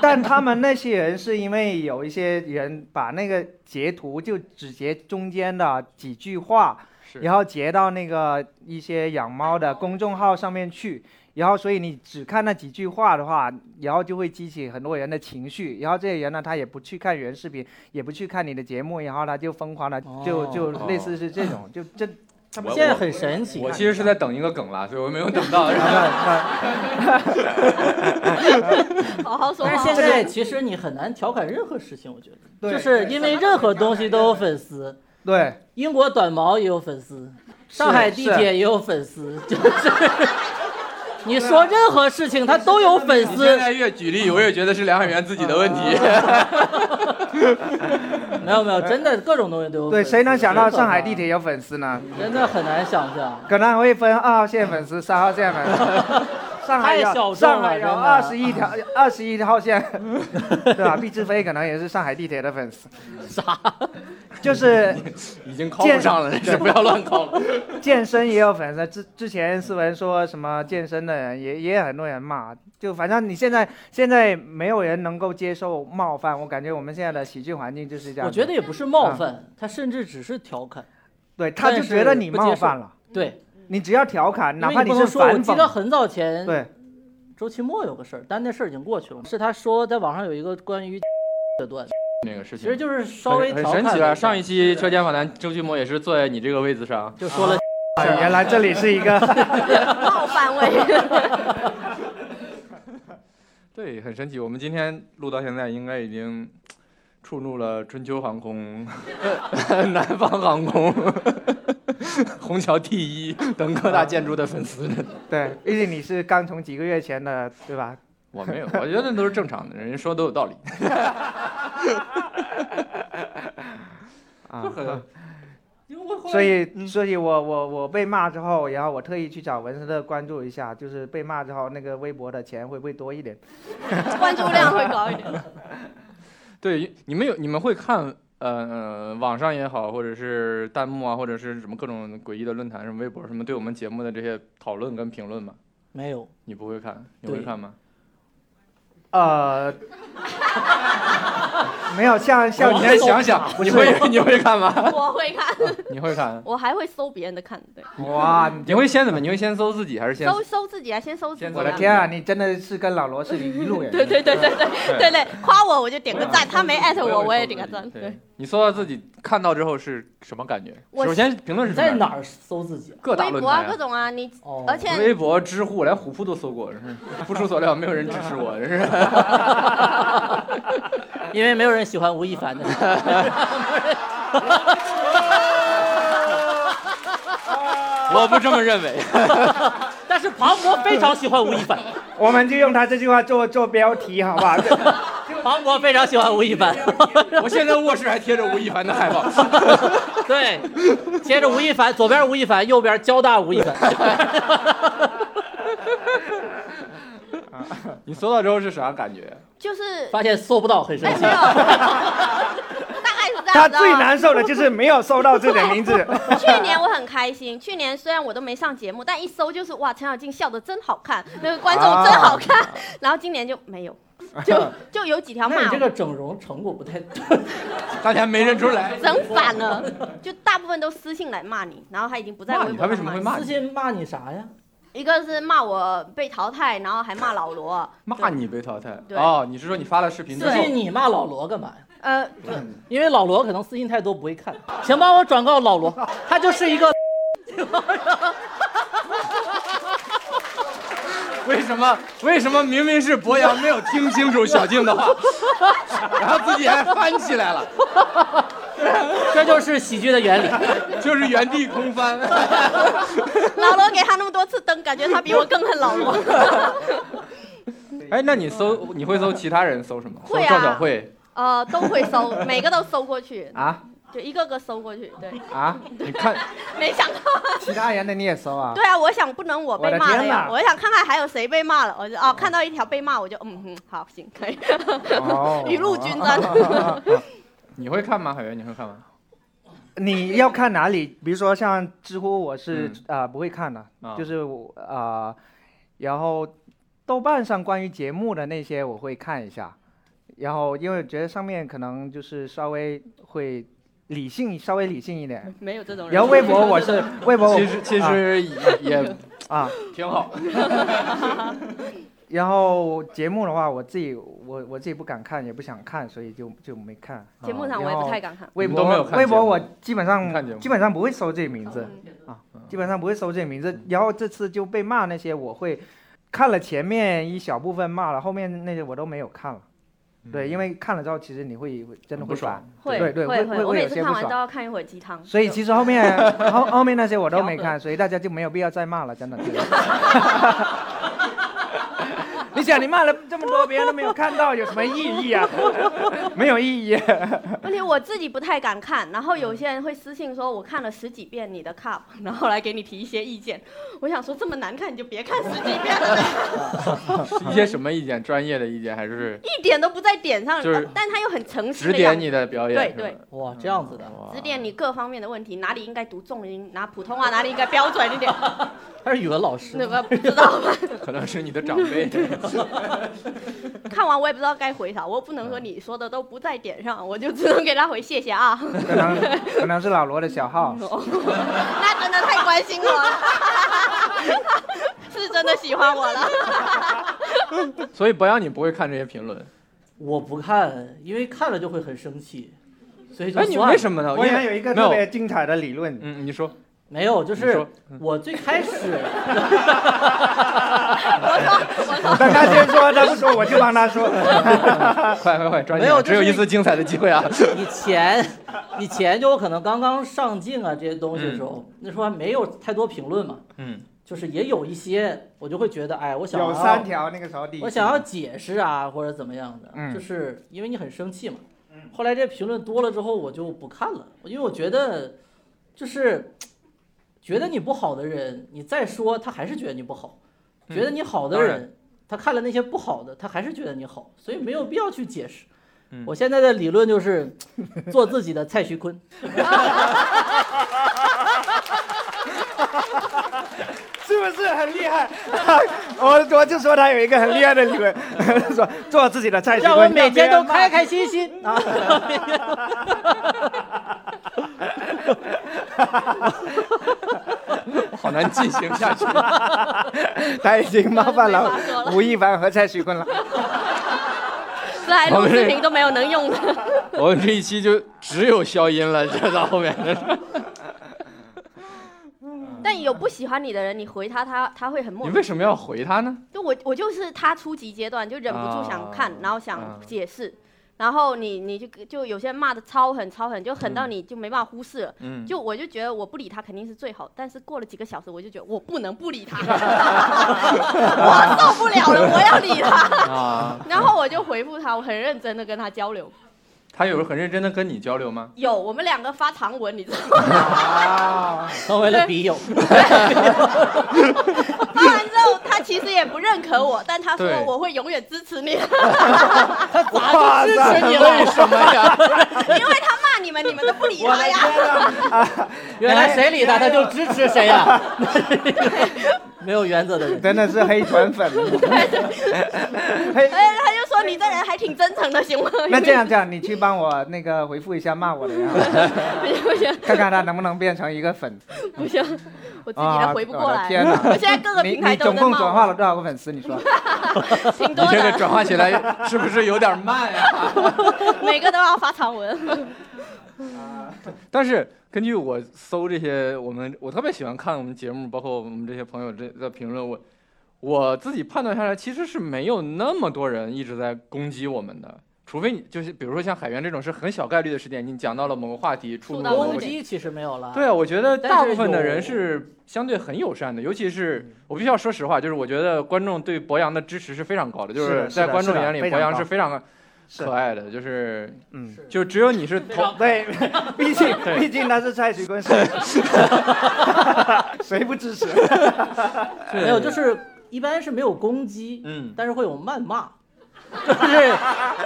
S2: 但他们那些人是因为有一些人把那个截图就只截中间的几句话，
S1: 是
S2: 然后截到那个一些养猫的公众号上面去，然后所以你只看那几句话的话，然后就会激起很多人的情绪，然后这些人呢，他也不去看原视频，也不去看你的节目，然后他就疯狂的就
S4: 哦
S2: 就类似是这种，就这他们
S1: 我
S4: 现在很神奇。啊
S1: 我其实是在等一个梗啦，所以我没有等
S4: [laughs]
S1: 到。然后
S3: 好好说
S4: 但是
S3: 话。
S4: 现在其实你很难调侃任何事情，我觉得，
S2: 对
S4: 就是因为任何东西都有粉丝，
S2: 对
S4: 英国短毛也有粉丝，上海地铁也有粉丝，就是 [laughs] 你说
S2: 啊
S4: 任何事情他都有粉
S1: 你现
S4: 丝。
S1: 在越举例，我越觉得是梁海源自己的问题。
S4: [laughs] 没有没有，真的各种东西都有粉
S2: 对，
S4: 丝。
S2: 谁能想到上海地
S4: 真
S2: 铁有粉丝呢？
S4: 可怕？真的很难想
S2: [laughs]
S4: 象。
S2: 可能会分二号线粉丝、三号线粉丝。上海
S4: 太小众
S2: 有
S4: 了
S2: 上海有
S4: 真的
S2: 二十
S4: [laughs]
S2: 一条二十一号线，对吧？毕志飞可能也是上海地铁的粉丝，
S4: 啥？
S2: [laughs] 就是
S1: 已经 call 不上了，真是不要乱 call 了。
S2: 健身也有粉丝。之之前思文说什么健身的人也也很多人骂，就反正你现在现在没有人能够接受冒犯，我感觉我们现在的喜剧环境就是这样。
S4: 我觉得也不是冒
S2: 啊
S4: 犯，他甚至只是调侃。
S2: 对，他就
S4: 但是
S2: 觉得你
S4: 不接
S2: 冒
S4: 受
S2: 犯了，
S4: 对，
S2: 你只要调侃，哪
S4: 因
S2: 怕
S4: 为你不
S2: 你是
S4: 能说，我
S2: 反
S4: 记得
S2: 讽，
S4: 很早前，
S2: 对，
S4: [laughs] 周奇墨有个事儿，但那事儿已经过去了。是他说在网上有一个关于 [laughs] 的段子，
S1: 那个事
S4: 其
S1: 情
S4: 实就是稍微
S1: 很
S4: 调侃
S1: 神奇
S4: 了
S1: 了。
S4: 一下
S1: 上一期车间访谈，周奇墨也是坐在你这个位子上，
S4: 就说了，
S2: 啊原来这里是一个。 [laughs]
S3: 冒犯位，
S1: 对，很神奇。我们今天录到现在，应该已经触怒了春秋航空、 [laughs] 南方航空、 [laughs] 虹桥 T 一等各大建筑的粉丝。
S2: 对，毕竟你是刚从几个月前的，对吧？
S1: 我没有，我觉得都是正常的，人家说都有道理。
S2: 啊
S1: 就，很因为我后来
S2: 所
S3: 嗯
S2: 以，所以我我我被骂之后，然后我特意去找文森特关注一下，就是被骂之后那个微博的钱会不会多一点？
S3: 关注量会高一点。
S4: [laughs]
S1: 对你们有你们会看呃网上也好，或者是弹幕啊，或者是什么各种诡异的论坛、什么微博什么对我们节目的这些讨论跟评论吗？
S4: 没有，
S1: 你不会看，你
S4: 对
S1: 会看吗？
S2: 呃，没有，像像
S1: 你
S2: 你
S1: 先想想，你会你会看吗？
S3: 我会看，
S1: 你会看？
S3: 我还会搜别人的看，对，
S2: 哇，你
S1: 你会先怎么？你会先搜自己还是先？
S3: 搜搜自己啊，先搜自己啊。
S1: 先
S2: 我的天啊，你真的是跟老罗是一路
S3: [laughs]
S2: 人。
S3: 对对对对对对对，夸我我就点个赞，他没艾特我我也点个赞。对
S1: 对，你搜到自己看到之后是什么感觉？
S3: 我
S1: 首先评论
S4: 你
S1: 是
S4: 在
S1: 什么
S4: 哪
S1: 呀？
S4: 儿搜自己啊？
S1: 各大
S3: 微
S1: 论
S3: 博啊
S1: 坛
S3: 各
S1: 呀。
S3: 种啊，你
S4: 哦，
S3: 而且
S1: 微博、知乎，连虎扑都搜过，真是不出所料，没有人支持我，真是。
S4: 因为没有人喜欢吴亦凡的。
S1: [laughs] 我不这么认为。
S4: 但是庞博非常喜欢吴亦凡，
S2: 我们就用他这句话做做标题，好不
S3: [laughs]
S2: 好？
S4: 庞博非常喜欢吴亦凡。
S1: [laughs]
S4: [laughs]
S1: 我现在卧室还贴着吴亦凡的海报。 [laughs]
S4: 对，接着吴亦凡，左边吴亦凡，右边交大吴亦凡。
S1: 你搜到之后是啥感觉？
S3: 就是
S4: [laughs] 发现搜不到，很生
S3: 哎
S4: 气
S3: 没。有，大概是这样。
S2: 他
S3: 你知道
S2: 最
S3: 吗
S2: 难受的就是没有搜到自己的名
S3: [laughs]
S2: 字。
S3: 去年我很开心，去年虽然我都没上节目，但一搜就是哇，陈小静笑得真好看，那个观众真好看。 [laughs] 然后今年就没有，就就有几条骂
S4: [laughs] 那你这
S3: 我，
S4: 个整容成果不太，
S1: 大家没认出来。
S3: 整反了，就大部分都私信来骂你，然后他已经不在
S1: 骂
S3: 微
S1: 你
S3: 博
S1: 他为
S3: 上
S1: 什么
S3: 骂
S1: 会骂
S3: 你
S4: [laughs] 私
S1: 你？
S4: 信骂你啥呀？
S3: 一个是骂我被淘汰，然后还骂老罗，
S1: 骂你被淘汰
S3: 对
S1: 哦，你是说你发了视频之
S4: 私
S1: 后
S4: 信你骂老罗干嘛呀？
S3: 呃，
S4: 因为老罗可能私信太多不会看。请帮我转告老罗，他就是一个 [laughs]
S1: 为什么为什么明明是博洋没有听清楚小静的话， [laughs] 然后自己还翻起来了，
S4: 这就是喜剧的原理。
S1: 就是原地空翻。 [laughs]
S3: 老罗给他那么多次灯，感觉他比我更恨老罗。
S1: 哎，那你搜你会搜其他人搜什么？搜
S3: 会啊
S1: 赵小慧，
S3: 呃，都会搜，每个都搜过去，
S2: 啊
S3: 就一个个搜过去。
S2: [laughs]
S3: 对，
S2: 啊，
S1: 你看
S3: 没想到。
S2: 其他人的你也搜啊？
S3: 对啊，我想不能我被骂
S2: 我的
S3: 了
S2: 天哪
S3: 呀，我想看看还有谁被骂了。我就哦，看到一条被骂，我就嗯哼，好行可以，
S2: 哦
S3: 雨露均
S2: [laughs]
S3: 沾。
S1: 你会看吗？海源，你会看吗？
S2: 你要看哪里？比如说像知乎，我是
S1: 嗯
S2: 啊、呃不会看的，
S1: 啊
S2: 就是我啊、呃然后豆瓣上关于节目的那些我会看一下，然后因为觉得上面可能就是稍微会理性，稍微理性
S1: [laughs]
S2: 一点。
S3: 没有这种人。
S2: 然后微博我是微博我
S1: 其实啊其实也也
S2: 啊，
S1: 挺好。
S2: 然后节目的话我自己我我自己不敢看，也不想看，所以就就没看。
S1: 嗯
S3: 节目上我也不太敢看。
S2: 微
S1: 你
S2: 博
S1: 们都没有看
S2: 微
S1: 节
S2: 博
S1: 目
S2: 我基本
S1: 你看节目
S2: 上基本上不会搜这名字。
S3: 嗯
S2: 基本上不会搜这名字。然后这次就被骂那些，我会看了前面一小部分骂了，后面那些我都没有看了。对，因为看了之后，其实你会会真
S1: 很
S2: 的
S1: 不
S2: 会
S1: 爽
S2: 烦，
S3: 会
S2: 对对
S3: 会
S2: 会会
S3: 我
S2: 会
S3: 每
S2: 有
S3: 次
S2: 些
S3: 看
S2: 不
S3: 完
S2: 爽
S3: 都要看一会儿鸡汤。
S2: 所以其实后 [laughs] 面后后面那些我都没
S3: 调
S2: [laughs] 看，所以大家就没有必要再骂了，真的。 [laughs] 真的你想，你骂了这么多，别人都没有看到，有什么意义 [laughs] 啊？没有意义。啊
S3: 问题我自己不太敢看，然后有些人会私信说，我看了十几遍你的 cup，然 [laughs] 后来给你提一些意见。我想说这么难看你就别看十几遍了，
S1: 啊是一些什么意见？专业的意见还是
S3: 一点都不在点上，
S1: 就是
S3: 但他又很诚实
S1: 指
S3: 的样子
S1: 点你的表演？
S3: 对
S1: 是吧
S3: 对，
S4: [laughs] 哇，这样子的，
S1: 哇
S3: 指点你各方面的问题，哪里应该读重音，哪普通话哪里应该标准
S1: [laughs]
S3: 一点，
S4: 他是语文老师
S3: 那。个不知道吧？
S1: 可能是你的长辈。
S3: [laughs]
S1: [laughs]
S3: 看完我也不知道该回啥，我不
S1: 嗯
S3: 能说你说的都不在点上，我就只能给他回谢
S1: [laughs]
S3: 谢啊。
S2: 可能可能是老罗的小号。
S3: 那真的太关心我了， [laughs] 是真的喜欢我了。
S1: 所以博洋，你不会看这些评论？
S4: 我不看，因为看了就会很生气，所以就
S1: 哎，你
S4: 算
S1: 为
S4: 了。
S1: 什么呢？
S2: 我
S1: 因
S2: 以
S1: 为
S2: 为有一个
S1: 没
S2: 特
S1: 有
S2: 别精彩的理论，
S1: 嗯，你说
S4: 没有，就
S1: 你
S4: 是
S1: 说
S4: 我最开始， [laughs]
S2: 等他先说，他不说我就帮他说。
S1: 快快快，抓紧！
S4: 没有
S1: 只有
S4: 就是
S1: 一次精彩的机会啊！
S4: 以前，以前就我可能刚刚上镜啊这些东西的时候，那时候还没有太多评论嘛，
S1: 嗯，
S4: 就是也有一些，我就会觉得，哎，我想
S2: 有
S4: 要
S2: 三条，那个时候第一。
S4: 我想要解释啊，或者怎么样的，
S2: 嗯
S4: 就是因为你很生气嘛。后来这评论多了之后，我就不看了，因为我觉得，就是觉得你不好的人，你再说他还是觉得你不好；
S1: 嗯
S4: 觉得你好的
S1: 当然
S4: 人，他看了那些不好的，他还是觉得你好，所以没有必要去解释
S1: 嗯。
S4: 我现在的理论就是，做自己的蔡徐坤。
S2: 是不是很厉害？ [laughs] 我我就说他有一个很厉害的理论， [laughs] 说做自己的蔡徐
S4: 让我
S2: 坤，
S4: 每天都开
S2: 开。
S4: 开心心啊！
S1: 我好难进行下去。 [laughs]
S2: 他已经冒
S4: [laughs]
S2: 犯了
S3: 没法说了
S2: 吴亦凡和蔡徐坤了。
S3: 这还录视频都没有能用的。
S1: [laughs] 我们这一期就只有消音了，这到后面的。
S3: 但有不喜欢你的人，你回他，他他会很
S1: [laughs] 你
S3: 默
S1: 为
S3: 默。
S1: 什么要回他呢？
S3: 就我我就是他初级阶段就忍不住想看，
S1: 啊
S3: 然后
S1: 啊
S3: 想解释，然后你你就就有些人骂的超狠超狠，就狠到你就没办法忽视了。
S1: 嗯，
S3: 就我就觉得我不理他肯定是最好，但是过了几个小时，我就觉得我不能不理他，我受不了了，我要理他。
S1: 啊，
S3: 然后我就回复他，我很认真的跟他交流。
S1: 他有很认真的跟你交流吗？
S3: 有我们两个发长文，你知道吗？ [laughs]
S2: 啊，
S4: 成为了笔友，
S3: 发完之后，他其实也不认可我，但他说
S1: 对
S3: 我会永远支持你，因为
S4: [laughs] 咋就支持你
S1: 为
S4: 了？
S1: 什么呀？
S3: 他骂你们，你们都不理他呀。
S4: 哎原来谁理他，他就支持谁呀、
S2: 啊
S4: [laughs] 没有原则的人，
S2: 真的是黑
S4: [laughs]
S2: 团粉。嘿，
S3: 哎，他就说你这人还挺真诚的，行吗？
S2: 那这样这样，你去帮我那个回复一下骂我的人啊，
S3: [laughs] 不行不行
S2: 看看他能不能变成一个粉。
S3: 不行，我自己都回不过来。
S2: 啊我的天哪
S3: 我现在各个
S2: 你
S3: 平台
S2: 你
S3: 都
S2: 总
S3: 在
S2: 共转
S3: 骂
S2: 化
S3: 我，
S2: 了多少个粉丝？
S4: [laughs]
S2: 你说
S1: [laughs]
S3: 挺
S1: 你
S3: 多
S1: 这个
S3: 的，
S1: 转化起
S3: [laughs]
S1: 来是不是有点慢呀、
S3: 每个都要发长文。
S1: 但是根据我搜这些，我们我特别喜欢看我们节目，包括我们这些朋友这的评论，我我自己判断下来，其实是没有那么多人一直在攻击我们的，除非你就是比如说像海源这种是很小概率的事件，你讲到了某个话题，触
S3: 触
S1: 怒
S3: 到
S1: 了
S3: 了
S1: 某
S3: 你
S4: 攻
S1: 个
S4: 击其实没有了。
S1: 对啊，我觉得
S4: 但
S1: 大
S4: 是
S1: 部分的人
S4: 有嗯
S1: 是相对很友善的，尤其是我必须要说实话，就是我觉得观众对博洋的支持是非常高的，就是
S2: 的是
S1: 在
S2: 的
S1: 观
S2: 是
S1: 众
S2: 的
S1: 眼里，
S2: 非
S1: 博
S2: 常
S1: 洋是
S2: 高
S1: 非常
S2: 是
S1: 可爱的，就是
S2: 嗯，
S4: 是
S1: 就只有你是
S4: 非
S1: 头
S4: 常
S2: 对，毕竟
S1: 对
S2: 毕竟他是 [laughs] 蔡徐
S4: [laughs]
S2: 坤，谁谁不支持？
S4: 没有，就是 [laughs] 一般是没有攻击，
S1: 嗯。
S4: 但是会有谩骂，就是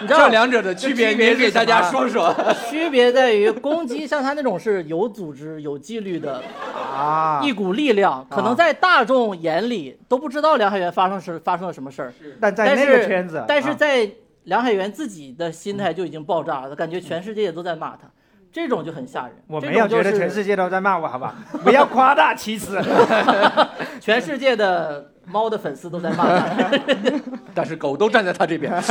S4: 你知道
S1: 这两者的区别，
S4: 这
S1: 你
S4: 区别
S1: 也
S4: 是
S1: 给大家
S4: 什啊
S1: 说说。 [laughs]
S4: 区别在于攻击，像他那种是有组织、有纪律的
S2: 啊
S4: 一股力量，可能在大众眼里都不知道梁海源发生是发生了什么事儿，
S2: 但在
S4: 但
S2: 那个
S4: 是
S2: 圈子，
S4: 但是
S2: 啊
S4: 在梁海源自己的心态就已经爆炸了，感觉全世界都在骂他，这种就很吓人。
S2: 我
S4: 这
S2: 没有
S4: 种就
S2: 觉得
S4: 是
S2: 全世界都在骂我，好吧？不要夸大其词。
S4: 全世界的猫的粉丝都在骂他，
S1: 但是狗都站在他这边。 [laughs]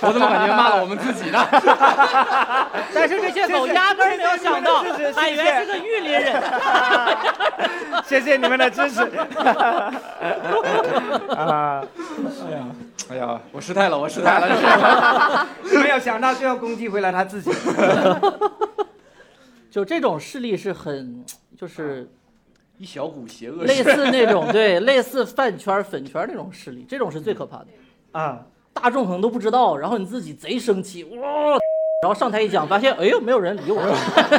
S1: 我怎么感觉骂了我们自己呢？
S4: [laughs]
S1: [laughs]
S4: [laughs] 但是这些狗压根儿没有想到
S2: 谢谢谢谢
S4: 海源是个玉林人。
S2: 谢谢你们的支持。
S4: 哎
S2: [laughs] 啊、
S1: 哎呀，我失态了，我失态了。
S4: [laughs]
S1: 这是
S2: 没有想到最后攻击回来他自己。
S4: [laughs] 就这种势力是很，就是
S1: 一小股邪恶
S4: 类
S1: 势
S4: 似那种对，类似饭圈、粉圈那种势力，这种是最可怕的。
S2: 啊、
S4: 大众可能都不知道，然后你自己贼生气，哇，然后上台一讲，发现哎呦没有人理我，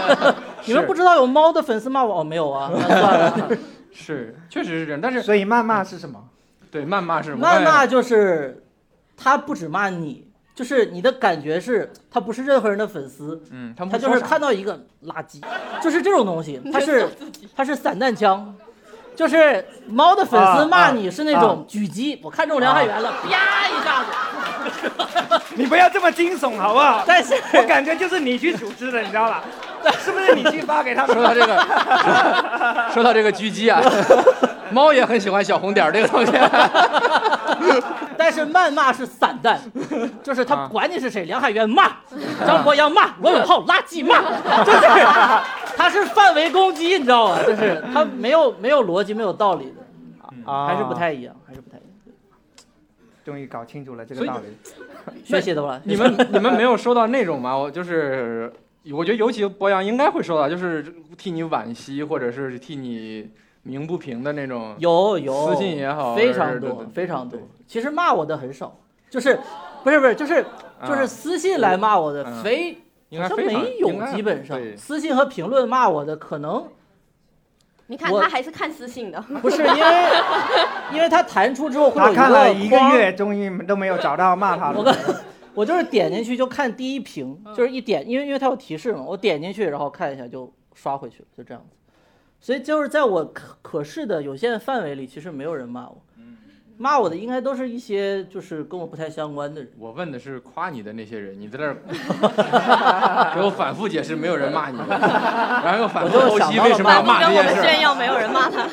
S4: [laughs] 你们不知道有猫的粉丝骂我哦没有啊，那算了。
S1: 是，确实是这样。但是
S2: 所以谩骂是什么？
S1: 对谩骂是
S4: 谩骂就是他不止骂你，就是你的感觉是他不是任何人的粉丝，
S1: 嗯，他们
S4: 他
S1: 会
S4: 就是
S1: 说啥
S4: 看到一个垃圾，就是这种东西，他是他是散弹枪，就是猫的粉
S1: 啊
S4: 丝骂你是那种狙击，我看中梁汉元了，啪一下子。
S2: 你不要这么惊悚好不好？
S4: 但是
S2: 我感觉就是你去组织的，你知道吧？是不是你去发给他们？
S1: 说到这个，说到这个狙击
S4: [laughs]
S1: 啊，猫也很喜欢小红点儿这个东西。
S4: [laughs] 但是谩骂是散弹，就是他
S1: 啊
S4: 管你是谁，梁海源骂，张博洋骂，罗永浩垃圾骂，就是他是范围攻击，你知道吗？就是他没有没有逻辑，没有道理的，
S2: 啊
S4: 嗯还是不太一样，还是不太一样。
S2: 终于搞清楚了这个道理。
S4: 学习的吧，
S1: 你们你们没有收到那种吗？我就是，我觉得尤其博洋应该会收到，就是替你惋惜或者是替你鸣不平的那种。
S4: 有有
S1: 私信也好
S4: 非
S1: 还是
S4: 常
S1: 对
S4: 多
S1: 对
S4: 非常多
S1: 对。
S4: 其实骂我的很少，就是不是不是就是就
S1: 啊
S4: 是私信来骂我的
S1: 嗯
S4: 非
S1: 应
S4: 好
S1: 该
S4: 像
S1: 非常
S4: 没有
S1: 应，该
S4: 基本上
S1: 对
S4: 私信和评论骂我的可能
S3: 你看
S4: 我
S3: 他还是看私信的，
S4: 不是因为因为他弹出之后会有
S2: 他看了一个
S4: 框
S2: 月，终于都没有找到骂他
S4: 我
S2: 的
S4: 跟，我就是点进去就看第一屏，
S1: 嗯
S4: 就是一点，因为因为它有提示嘛，我点进去然后看一下就刷回去了，就这样子。所以就是在我可可视的有限范围里，其实没有人骂我，
S1: 嗯
S4: 骂我的应该都是一些就是跟我不太相关的人。
S1: 我问的是夸你的那些人，你在这儿
S4: [laughs]
S1: 给我反复解释，没有人骂你，然后又反复
S4: 我
S1: 剖
S4: 就想
S1: 析
S4: 到
S1: 为
S4: 了
S1: 什么要
S3: 反复
S1: 骂
S3: 跟
S1: 这
S3: 我
S1: 件
S3: 们
S1: 事
S3: 炫
S1: 儿。
S3: 耀，没有人骂他。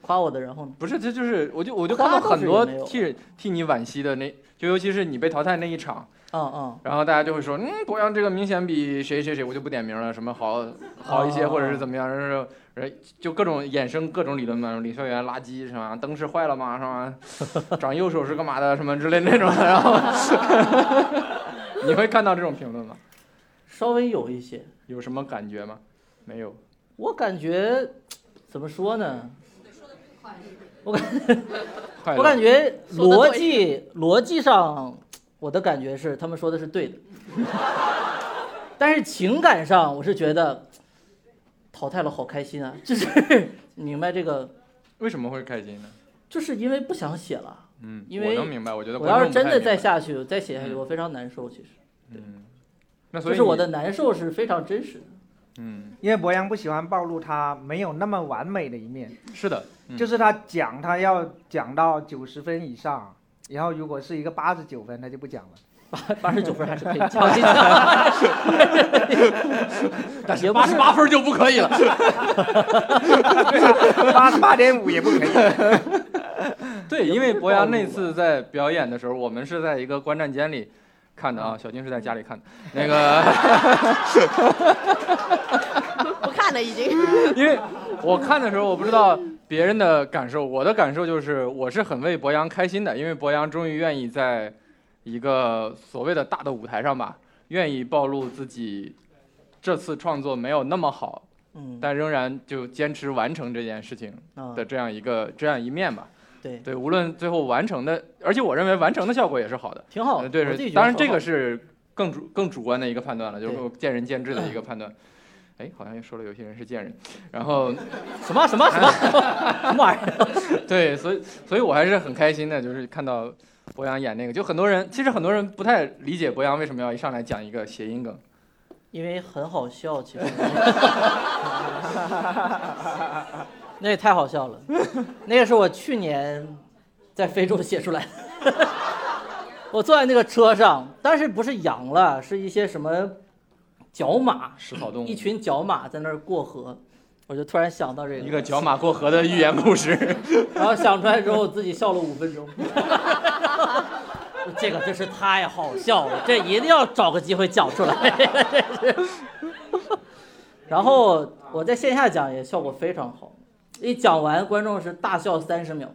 S4: 夸我的，然后呢？
S1: 不是，这就是我就我就
S4: 夸
S1: 看到
S4: 倒
S1: 很
S4: 是
S1: 多
S4: 也没有
S1: 替替你惋惜的那，就尤其是你被淘汰那一场，
S4: 嗯嗯，
S1: 然后大家就会说，嗯，博洋这个明显比谁谁谁，我就不点名了，什么好好一些，
S4: 哦
S1: 或者是怎么样，然后人就各种衍生各种理论嘛，领校园垃圾是吧？灯是坏了吗？是吧？长右手是干嘛的？什么之类那种，然
S4: [laughs]
S1: 后 [laughs] 你会看到这种评论吗？
S4: 稍微有一些，
S1: 有什么感觉吗？没有，
S4: 我感觉怎么说呢？
S1: 快
S4: 我感
S1: 乐。
S4: 觉
S3: 说得
S4: 逻
S3: 对
S4: 辑逻辑上，我的感觉是他们说的是对的，但是情感上我是觉得淘汰了好开心啊，就是明白这个，
S1: 为什么会开心呢？
S4: 就是因为不想写了。
S1: 嗯，
S4: 因为
S1: 我能明白，我觉得
S4: 我要是
S1: 观众
S4: 真
S1: 不
S4: 的
S1: 太
S4: 再
S1: 明白，
S4: 下去，再写下去，我非常难受。其实，
S1: 嗯，那所
S4: 就
S1: 以
S4: 是我
S1: 你
S4: 的，难受是非常真实的。
S1: 嗯，
S2: 因为博洋不喜欢暴露他没有那么完美的一面，
S1: 是的，嗯
S2: 就是他讲他要讲到九十分以上，然后如果是一个八十九分，他就不讲了。
S4: 八八十九分还 [laughs] 是可以强行讲，但是
S1: 八十八分就不可以了。
S2: 八八点五也
S1: [laughs]
S2: 不可以。
S1: [laughs] 对，因为博洋那次在表演的时候，我们是在一个观战间里看的啊，小金是在家里看的。 [laughs] 那个，
S3: 不看了已经。
S1: 因为我看的时候，我不知道别人的感受，我的感受就是，我是很为博洋开心的，因为博洋终于愿意在一个所谓的大的舞台上吧，愿意暴露自己这次创作没有那么好，
S4: 嗯
S1: 但仍然就坚持完成这件事情
S4: 啊
S1: 的这样一个这样一面吧。
S4: 对，
S1: 对，无论最后完成的，而且我认为完成的效果也是好的。
S4: 挺好
S1: 呃
S4: 的。
S1: 对
S4: 哦我自己
S1: 是，
S4: 觉得
S1: 当然
S4: 很
S1: 这
S4: 好
S1: 个是更主更主观的一个判断了，就是
S4: 对
S1: 说见仁见智的一个判断。哎，好像又说了有些人是贱人，然后 [laughs]
S4: 什么什么什么什么玩意儿？
S1: 对，所以所以我还是很开心的，就是看到博洋演那个，就很多人其实很多人不太理解博洋为什么要一上来讲一个谐音梗，
S4: 因为很好
S1: [laughs]
S4: 笑，其实。那也太好笑了，那个是我去年在非洲写出来的。 [laughs] 我坐在那个车上，但是不是羊了，是一些什么角马，
S1: 食草动物，
S4: 一群角马在那儿过河，我就突然想到这个，
S1: 一个角马过河的寓言故
S4: [laughs]
S1: 事。
S4: 然后想出来之后，我自己笑了五分钟。这个真是太好笑了，这一定要找个机会讲出来。 [laughs] 这是然后我在线下讲也效果非常好，一讲完观众是大笑三十秒，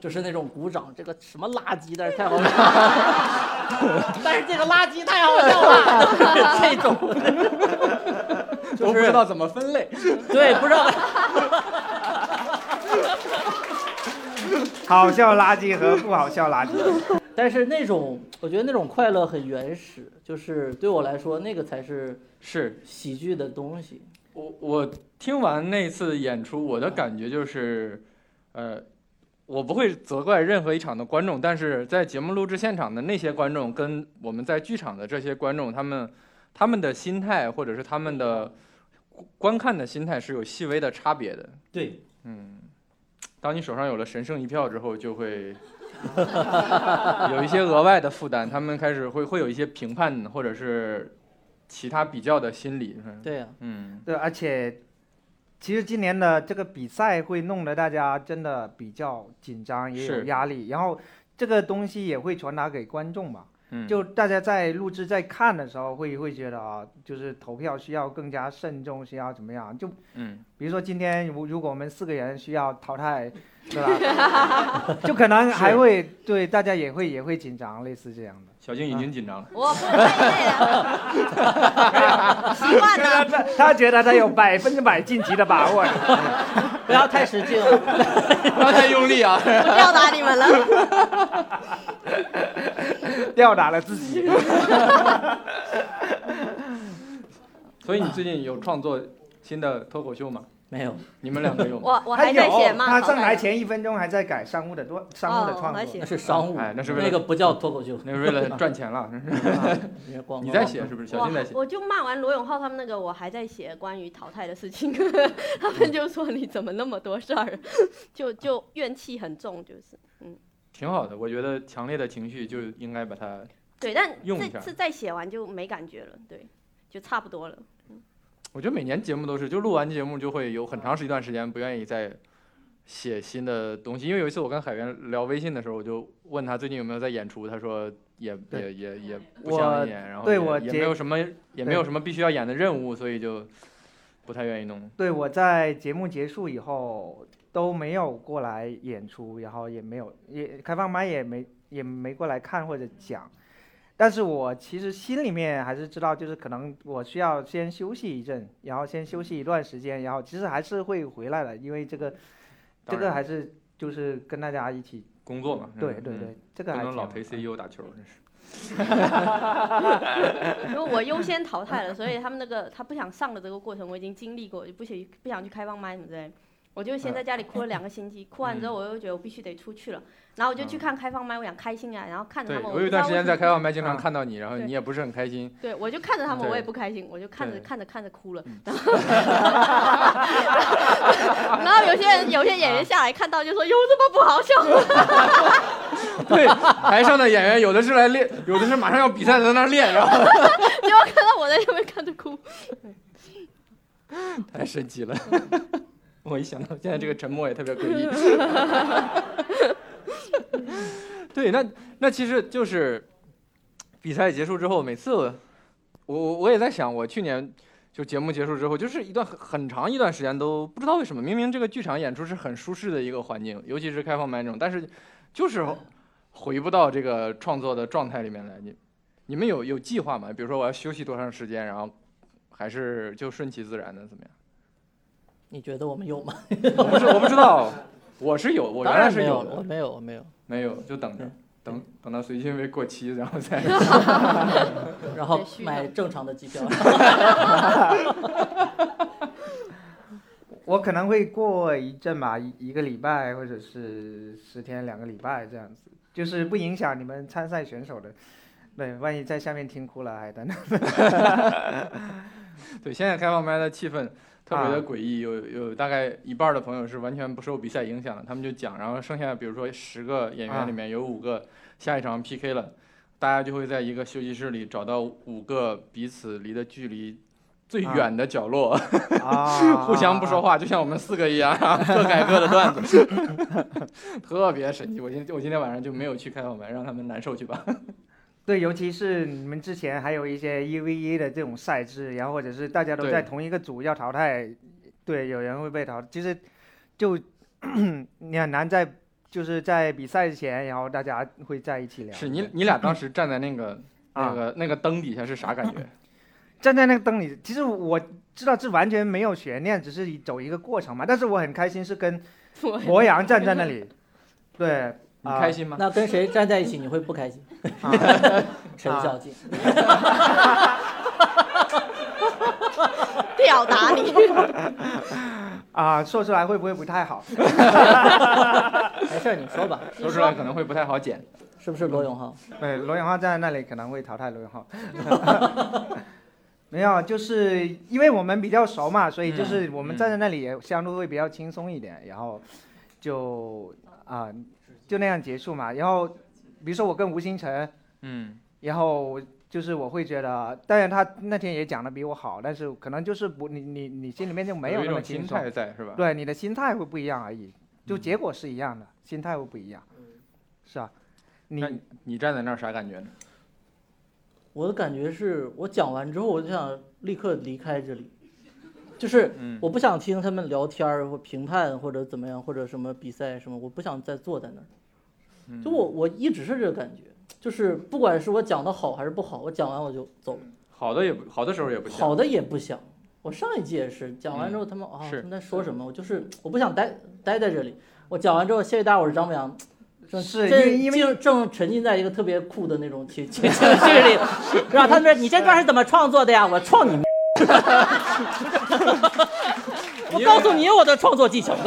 S4: 就是那种鼓掌，这个什么垃圾，但是太好笑了， [laughs] 但是这个垃圾太好笑了， [laughs] 这种。
S1: 都不知道怎么分类，
S4: 对，不知道。
S2: 好笑垃圾和不好笑垃圾，
S4: 但是那种，我觉得那种快乐很原始，就是对我来说，那个才是
S1: 是
S4: 喜剧的东西。
S1: 我我听完那次演出，我的感觉就是，呃，我不会责怪任何一场的观众，但是在节目录制现场的那些观众跟我们在剧场的这些观众，他们他们的心态或者是他们的观看的心态是有细微的差别的。
S4: 对，
S1: 嗯，当你手上有了神圣一票之后，就会有一些额外的负担，他们开始会会有一些评判或者是其他比较的心理。嗯
S4: 对呀、啊
S1: 嗯。
S2: 对，而且其实今年的这个比赛会弄得大家真的比较紧张，也有
S1: 是
S2: 压力，然后这个东西也会传达给观众吧。
S1: 嗯
S2: 就大家在录制、在看的时候会，会觉得啊，就是投票需要更加慎重，需要怎么样？就
S1: 嗯，
S2: 比如说今天如如果我们四个人需要淘汰，对吧？就可能还会对大家也会也会紧张，类似这样的。
S1: 小静已经紧张了。
S3: 我不太累了，习惯了。
S2: 他他觉得他有百分之百晋级的把握。
S4: 不要太使
S1: [laughs]
S4: 劲了。
S1: 不要太用力啊！
S3: 不吊打你们了，
S2: 吊打了自己。
S1: [laughs] 所以你最近有创作新的脱口秀吗？
S4: 没有，
S1: 你们两个有吗？
S3: 我我
S2: 他
S3: 还在
S2: 有
S3: 写嘛。
S2: 他
S3: 好
S2: 上
S3: 吧
S2: 台前一分钟还在改商务的多商务的
S3: 哦
S2: 创
S3: 我还
S2: 作
S3: 写。
S4: 那是商务，
S1: 哎那是为了
S4: 那个不叫脱口秀。
S1: 那是为了
S4: [laughs]
S1: 赚钱了，真是。
S4: 因为光
S1: 你在写？是不是？小
S3: 我
S1: 静在写。
S3: 我就骂完罗永浩他们那个，我还在写关于淘汰的事情， [laughs] 他们就说你怎么那么多事儿， [laughs] 就就怨气很重，就是
S1: 挺好的，我觉得强烈的情绪就应该把它。
S3: 对，但
S1: 用一
S3: 这
S1: 下
S3: 次再写完就没感觉了，对，就差不多了。
S1: 我觉得每年节目都是，就录完节目就会有很长一段时间不愿意再写新的东西。因为有一次我跟海源聊微信的时候，我就问他最近有没有在演出，他说也也
S2: 对
S1: 也也不
S2: 我
S1: 想演，然后
S2: 对
S1: 也
S2: 我
S1: 也
S2: 结
S1: 没有什么也没有什么必须要演的任务，所以就不太愿意弄。
S2: 对，我在节目结束以后都没有过来演出，然后也没有也开放麦也没也没过来看或者讲。但是我其实心里面还是知道，就是可能我需要先休息一阵，然后先休息一段时间，然后其实还是会回来的，因为这个这
S1: 当
S2: 个
S1: 然
S2: 还是就是跟大家一起，
S1: 工作嘛，
S2: 对
S1: 嗯
S2: 对
S1: 嗯
S2: 对，这
S1: 不
S2: 个还
S1: 能
S2: 挺
S1: 老
S2: 好
S1: 陪 CEO 打球，真是。
S3: 因为我优先淘汰了，所以他们那个他不想上的这个过程我已经经历过，就不想不想去开放麦什么之类的。我就先在家里哭了两个星期，哭完之后我又觉得我必须得出去了，然后我就去看开放麦，我想开心啊，然后看着
S1: 嗯对
S3: 他们，
S1: 我有
S3: 不
S1: 一
S3: 知道
S1: 段时
S3: 为
S1: 间
S3: 什
S1: 在
S3: 么
S1: 开放麦经常
S2: 啊
S1: 看到你，然后
S3: 对
S1: 你也不是很开心。
S3: 对，我就看着他们，
S1: 对
S3: 我也不开心，我就看着
S1: 对
S3: 看着看着哭了
S1: 嗯，
S3: 然后，然后有些人有些演员下来看到就说有这么不好笑吗？
S1: 对，台上的演员有的是来练，有的是马上要比赛在那儿练，然后
S3: [laughs] 结果看到我在上面看着哭。
S1: [laughs] 太神奇了。我一想到现在这个沉默也特别诡异。 [laughs] 对，那那其实就是比赛结束之后，每次我我我也在想，我去年就节目结束之后，就是一段很很长一段时间都不知道为什么，明明这个剧场演出是很舒适的一个环境，尤其是开放麦这种，但是就是回不到这个创作的状态里面来。你你们有有计划吗？比如说我要休息多长时间，然后还是就顺其自然的怎么样？
S4: 你觉得我们有吗？
S1: 我 [laughs] 不是我不知道，我是有，我原
S4: 当
S1: 来
S4: 然
S1: 是
S4: 没有，
S1: 的
S4: 我，没有，我没有。
S1: 没有就等着
S4: 嗯，
S1: 等等到随心杯过期，然后
S4: [laughs]
S1: 再 [laughs]
S4: 然后
S3: 别虚
S4: 买
S3: 荣
S4: 正常的机票。
S2: 我可能会过一阵吧，一一个礼拜或者是十天、两个礼拜这样子，就是不影响你们参赛选手的。对，万一在下面听哭了还等。 [laughs]
S1: 对。现在开放麦的气氛特别的
S2: 啊
S1: 诡异，有有大概一半儿的朋友是完全不受比赛影响的，他们就讲，然后剩下比如说十个演员里
S2: 啊
S1: 面有五个下一场 PK 了，大家就会在一个休息室里找到五个彼此离的距离。最
S2: 啊
S1: 远的角落，
S2: 啊，
S1: 互相不说话，就像我们四个一样，然后各改各的段 [laughs] 子，特别神奇。我今我今天晚上就没有去开放麦，让他们难受去吧。 [laughs]
S2: 对，尤其是你们之前还有一些一 v 一的这种赛制，然后或者是大家都
S1: 对
S2: 在同一个组要淘汰，对，有人会被淘汰，就是就 [clears throat] 你很难在就是在比赛前，然后大家会在一起聊。
S1: 是你你俩当时站在那个那
S2: 啊
S1: 个那个灯底下是啥感觉？
S2: 站在那个灯里，其实我知道这完全没有悬念，只是走一个过程嘛。但是我很开心是跟博洋站在
S1: [laughs]
S2: 那里，对，
S1: 你
S2: 啊
S1: 开心吗？
S4: 那跟谁站在一起你会不开心？
S2: 啊
S4: [laughs] 陈小静，
S1: 啊
S3: 吊打你！
S2: 啊，说出来会不会不太好？
S4: 没事儿你说吧，
S1: 说出来可能会不太好剪。
S4: 是不是罗永浩？
S1: 嗯
S2: 对，哎罗永浩站在那里可能会淘汰罗永浩。没有，就是因为我们比较熟嘛，所以就是我们站在那里也相对会比较轻松一点，然后就啊、就那样结束嘛。然后比如说我跟吴星辰，
S1: 嗯，
S2: 然后就是我会觉得，当然他那天也讲的比我好，但是可能就是不，你你你心里面就没
S1: 有一
S2: 那么
S1: 种心
S2: 轻松，
S1: 态在是吧？
S2: 对，你的心态会不一样而已，就结果是一样的，心态会不一样，是啊，你
S1: 那你站在那儿啥感觉呢？
S4: 我的感觉是我讲完之后我就想立刻离开这里，就是
S1: 嗯，
S4: 我不想听他们聊天儿或评判或者怎么样或者什么比赛什么，我不想再坐在那儿。
S1: 嗯
S4: 就我我一直是这个感觉，就是不管是我讲的好还是不好，我讲完我就走了，
S1: 好的也不好的时候也不行。
S4: 好的也不想。我上一季也是讲完之后，他们啊、
S1: 是
S4: 他们在说什么，我就是我不想待待在这里。我讲完之后，谢谢大家，我是张博洋。正
S2: 是
S4: 正
S2: 因为因
S4: 正正沉浸在一个特别酷的那种情情情绪里，然后他们说你这段是怎么创作的呀？我创
S1: [laughs]
S4: 你妈！我告诉你我的创作技巧，
S1: [laughs] [laughs]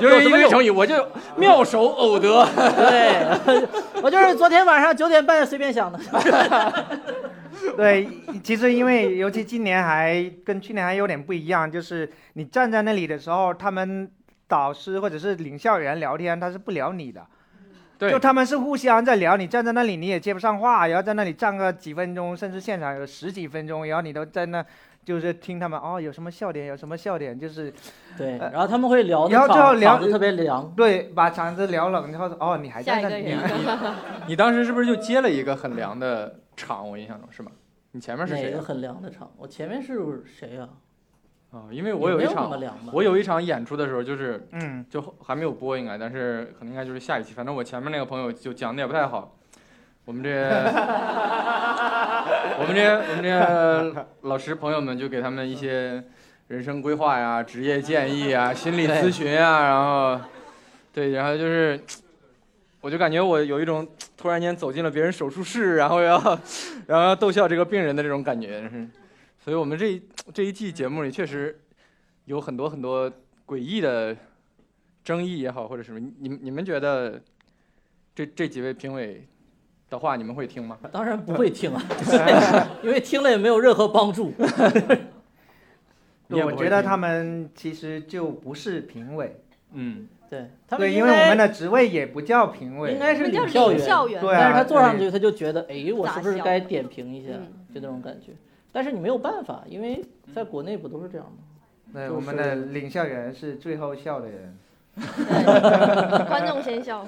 S1: 就是因
S4: 有什么
S1: 为
S4: 用
S1: 成语，我 [laughs] 就妙手偶得。
S4: [laughs] 对，我就是昨天晚上九点半随便想的。
S2: [laughs]
S4: [laughs]
S2: 对，其实因为尤其今年还跟去年还有点不一样，就是你站在那里的时候，他们导师或者是领校园聊天，他是不聊你的，
S1: 对
S2: 就他们是互相在聊，你站在那里你也接不上话，然后在那里站个几分钟，甚至现场有十几分钟，然后你都在那。就是听他们哦，有什么笑点，有什么笑点，就是
S4: 对，然后他们会聊得
S2: 然后
S4: 场，
S2: 最后聊
S4: 场子特别凉。
S2: 对，把场子聊冷之后，哦，你还
S3: 下
S2: 在
S3: 一
S2: 那
S3: 个
S2: 里
S1: 你
S3: 人
S2: 面，
S1: 你 [laughs] 你当时是不是就接了一个很凉的场？我印象中是吗？你前面是
S4: 哪
S1: 谁
S4: 个
S1: 啊？
S4: 很凉的场？我前面是谁呀、
S1: 啊，因为我
S4: 有
S1: 有一
S4: 没有那么
S1: 场，
S4: 凉吧？
S1: 我有一场演出的时候就是
S4: [laughs]
S2: 嗯，
S1: 就还没有播应该，但是可能应该就是下一期。反正我前面那个朋友就讲的也不太好，我们这我们这些我们这些老师朋友们就给他们一些人生规划呀、职业建议啊、心理咨询啊，然后对，然后就是我就感觉我有一种突然间走进了别人手术室，然后要 [laughs] 然后要逗笑这个病人的这种感觉。是所以我们这一这一季节目里确实有很多很多诡异的争议也好，或者什么，你你们你们觉得这这几位评委的话，你们会听吗？
S4: 当然不会听啊，因为听了也没有任何
S1: [laughs]
S4: 帮助。
S1: 你也不
S2: 我
S1: 会
S2: 觉得
S1: 听
S2: 他们其实就不是评委，
S1: 嗯，
S4: 对他们
S2: 对，
S4: 应
S2: 因为我
S4: 该
S2: 们的职位也不叫评委
S4: 应，该是
S3: 我们
S4: 领
S3: 叫
S4: 票
S3: 领
S4: 员，
S3: 校园，
S2: 对啊
S4: 但是他坐上去，他就觉得，哎，我是不
S3: 杂
S4: 是
S3: 校
S4: 该点评一下？
S3: 嗯
S4: 就那种感觉。但是你没有办法，因为在国内不都是这样吗？
S2: 对，
S4: 就
S2: 我们的
S4: 是
S2: 领校员是最后笑的人。
S3: 对观众先笑。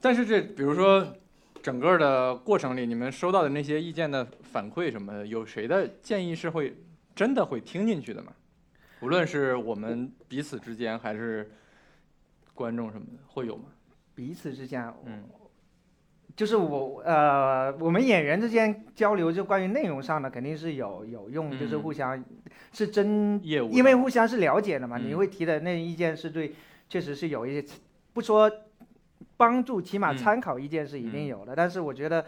S1: 但是这比如说整个的过程里，你们收到的那些意见的反馈什么的，有谁的建议是会真的会听进去的吗？无论是我们彼此之间，还是观众什么的，会有吗？
S2: 彼此之间，
S1: 嗯
S2: 就是我呃，我们演员之间交流，就关于内容上的肯定是有有用，就是
S1: 嗯
S2: 互相是真，
S1: 业务
S2: 因为互相是了解的嘛，你
S1: 嗯
S2: 会提的那意见是对，确实是有一些不说帮助，起码
S1: 嗯
S2: 参考意见是一
S1: 嗯
S2: 定有的。但是我觉得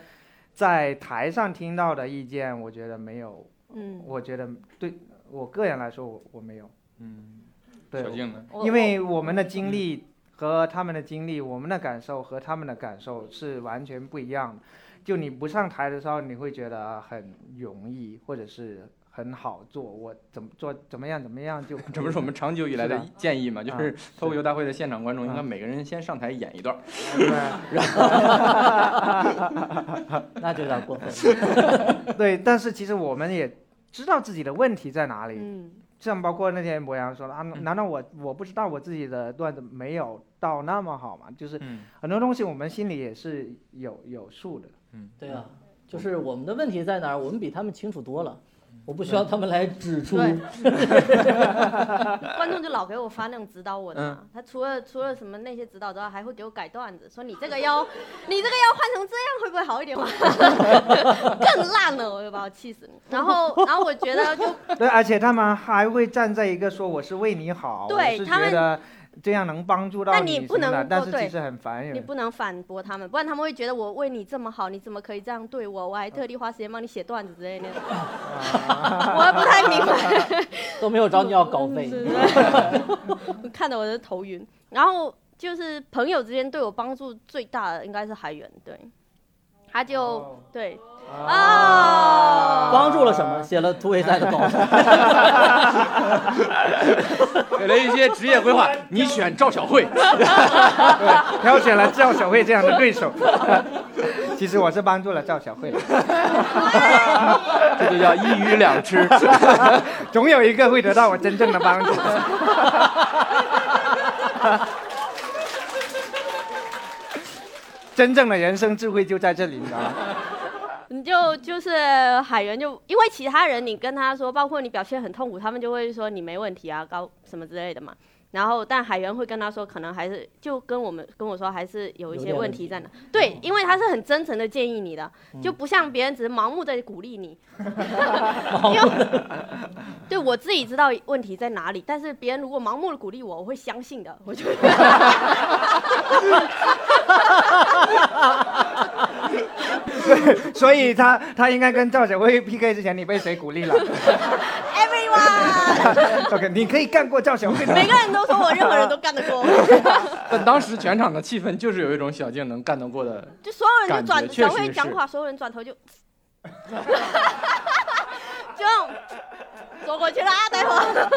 S2: 在台上听到的意见，我觉得没有，
S3: 嗯，
S2: 我觉得对我个人来说，我我没有，
S1: 嗯，
S2: 对
S1: 小，静呢？
S3: 我
S2: 因为我们的经历和他们的经历，我们的感受和他们的感受是完全不一样的。就你不上台的时候，你会觉得很容易，或者是很好做，我怎么做怎么样怎么样就可
S1: [laughs]
S2: 以
S1: 这不是我们长久以来
S2: 是
S1: 的啊建议嘛？就是脱口秀大会的现场观众应
S2: 啊
S1: 该每个人先上台演一段儿。
S2: 对
S4: 那就有点过
S1: [laughs]
S4: 分了。
S2: 对，但是其实我们也知道自己的问题在哪里，
S3: 嗯
S2: 像包括那天博洋说的啊，
S1: 嗯
S2: 难道我我不知道我自己的段子没有到那么好吗？就是
S1: 嗯
S2: 很多东西我们心里也是有有数的。
S4: 对啊，就是我们的问题在哪儿？我们比他们清楚多了，
S1: 嗯
S4: 我不需要他们来指出。
S3: 对 [laughs] 观众就老给我发那种指导文啊，他除了除了什么那些指导之外，还会给我改段子，说你这个要你这个要换成这样会不会好一点吗？ [laughs] 更烂了，我就把我气死。然后然后我觉得就
S2: [laughs] 对，而且他们还会站在一个说我是为你好，
S3: 对
S2: 我是
S3: 他们
S2: 觉得这样能帮助到
S3: 但你
S2: 你
S3: 不
S2: 什么
S3: 能
S2: 的
S3: 够
S2: 但是
S3: 对
S2: 其实很烦
S3: 你
S2: 人。
S3: 不能反驳他们，不然他们会觉得我为你这么好，你怎么可以这样对我？我还特地花时间帮你写段子之类的，
S2: 啊
S3: [laughs] 我不太明白。
S4: 都没有找你要稿费，
S3: 是是 [laughs] 看得我都头晕。然后就是朋友之间对我帮助最大的应该是海源，对，他就、
S2: 哦
S3: 对啊，
S4: 帮助了什
S2: [laughs]
S4: 么？写了突围赛
S1: [laughs]
S4: 的稿费。
S1: [laughs] 给了一些职业规划，你选赵小慧。
S2: 对，挑选了赵小慧这样的对
S4: [laughs]
S2: 手。其实我是帮助了赵小慧，
S1: 这就叫一鱼两吃。 [laughs]
S2: 总有一个会得到我真正的帮助。 [laughs] 真正的人生智慧就在这里，你知道吗？ [laughs]
S3: 你就就是海源就，因为其他人你跟他说，包括你表现很痛苦，他们就会说你没问题啊，高什么之类的嘛。然后，但海源会跟他说，可能还是就跟我们跟我说，还是有一
S4: 有
S3: 些
S4: 点
S3: 问
S4: 问
S3: 题嗯
S4: 题
S3: 在哪。对，因为他是很真诚的建议你的，就不像别人只是盲目的鼓励 [laughs] 你。因为对我自己知道问题在哪里，但是别人如果盲目的鼓励我，我会相信的。我觉得。
S2: 对，所以他他应该跟赵小慧 PK 之前，你被谁鼓励了
S3: Everyone，
S2: [laughs] ？OK，你可以干过
S3: [laughs]
S2: 赵小慧的。
S3: 每个人都说啊我，任何人都干得过我。
S1: 但当时全场的气氛就是有一种小静能干得过的。
S3: 就所有人就转
S1: 感觉确实
S3: 转会讲话，所有人转头就，就那种走过去了啊，待会儿。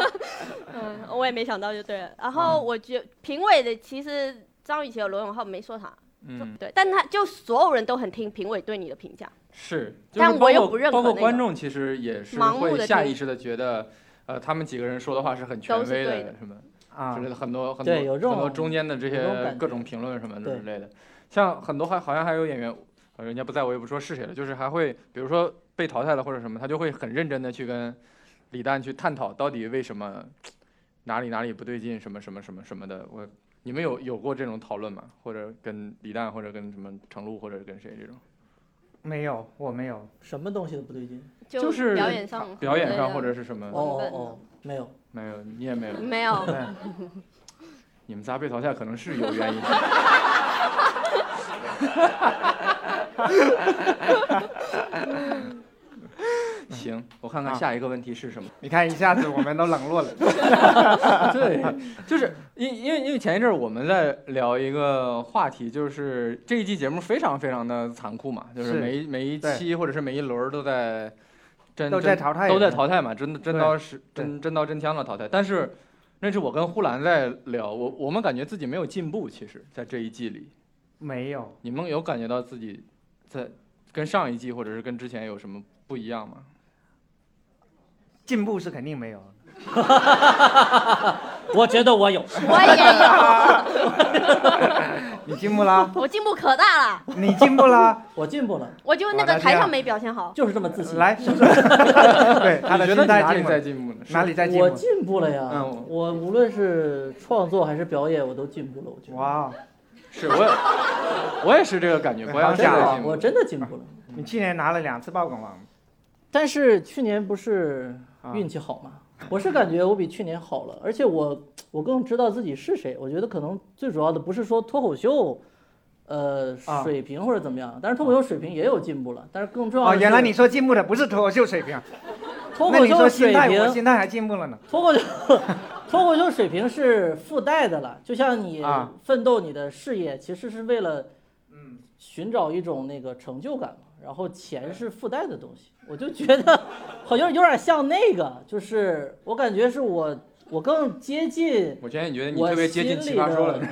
S3: 嗯，我也没想到就对了。然后我觉评委的其实张雨绮和罗永浩没说啥，
S1: 嗯，
S3: 对，但他就所有人都很听评委对你的评价，
S1: 是。
S3: 但
S1: 就是包括
S3: 我又不认可
S1: 包括
S3: 那个
S1: 观众其实也是
S3: 盲目地
S1: 会
S3: 听
S1: 下意识的觉得，呃，他们几个人说的话是很权
S3: 都是
S1: 威
S3: 对
S1: 的
S3: 的，
S1: 什么
S2: 啊
S1: 之类的，很多很多
S4: 对有
S1: 很
S4: 这种
S1: 多中间的这
S4: 有这种
S1: 些
S4: 感觉
S1: 各种评论什么的
S4: 对
S1: 之类的。像很多还好像还有演员，呃人家不在我也不说是谁了，就是还会比如说被淘汰了或者什么，他就会很认真的去跟李诞去探讨到底为什么哪里哪里不对劲，什么什么什么什么的。我你们有有过这种讨论吗？或者跟李诞或者跟什么程璐或者跟谁这种？
S2: 没有，我没有。
S4: 什么东西都不对劲？
S1: 就是啊
S3: 表演上
S1: 表演上或
S3: 对
S1: 者是什
S4: 哦
S1: 么？
S4: 哦哦，没有。
S1: 没有，你也没有
S3: 对。没有，
S2: 对，
S1: 你们仨被淘汰可能是有原因的。行，我看看
S2: 啊
S1: 下一个问题是什么。
S2: 你看一下子我们都冷落了。 [laughs]
S1: 对，就是因因为因为前一阵儿我们在聊一个话题，就是这一季节目非常非常的残酷嘛，就是
S2: 是
S1: 每一每一期或者是每一轮儿都在真
S2: 都在淘汰
S1: 都在
S2: 人
S1: 淘汰嘛，真的真
S2: 对
S1: 刀实
S2: 对
S1: 真真刀真枪的淘汰。但是那是我跟呼兰在聊，我我们感觉自己没有进步，其实，在这一季里，
S2: 没有，
S1: 你们有感觉到自己在跟上一季或者是跟之前有什么不一样吗？
S2: 进步是肯定没有 [laughs] 的。
S4: 我觉得我有，
S3: 我也
S2: 你进步啦，
S3: 有，我进步可大了，
S2: 你进步啦，
S4: 我进步了，
S3: 我就那
S2: 哇
S3: 个
S2: 那这
S3: 台
S2: 样
S3: 上没表现好，
S4: 就是这么自信。
S2: 来， [laughs] 对，他
S1: 你觉
S2: 的心
S1: 得哪
S2: 态
S1: 里
S2: 进步
S1: 在
S2: 了，
S1: 进步呢？
S2: 哪里在进
S4: 我
S2: 步？
S4: 进步了呀！
S1: 嗯
S4: 我无论是创作还是表演，我都进步了。我觉得，
S2: 哇，
S1: 是我也，我也是这个感
S2: [laughs]
S1: 觉，
S2: 对
S1: 博洋是
S2: 好啊
S4: 真
S2: 假
S1: 在
S4: 的
S1: 进，步
S4: 我。真的进步了。
S2: 你去年拿了两次爆梗王，
S4: 但是去年不是
S2: 啊
S4: 运气好吗？我是感觉我比去年好了，而且我我更知道自己是谁。我觉得可能最主要的不是说脱口秀，呃，
S2: 啊
S4: 水平或者怎么样，但是脱口秀水平也有进步了。但是更重要
S2: 哦，
S4: 的是，啊
S2: 原来你说进步的不是脱口秀水平，
S4: 脱
S2: 那
S4: 口
S2: 你
S4: 秀
S2: 说心
S4: 水
S2: 态，我心
S4: 平，
S2: 态还进步了呢。
S4: 脱口秀脱口秀水平是附带的了。就像你
S2: 啊
S4: 奋斗你的事业，其实是为了寻找一种那个成就感嘛，然后钱是附带的东西。我就觉得好像有点像那个，就是我感觉是我我更接近
S1: 我觉得你觉得你
S4: 我
S1: 特别接近奇
S4: 心里
S1: 葩说
S4: 的
S1: 了，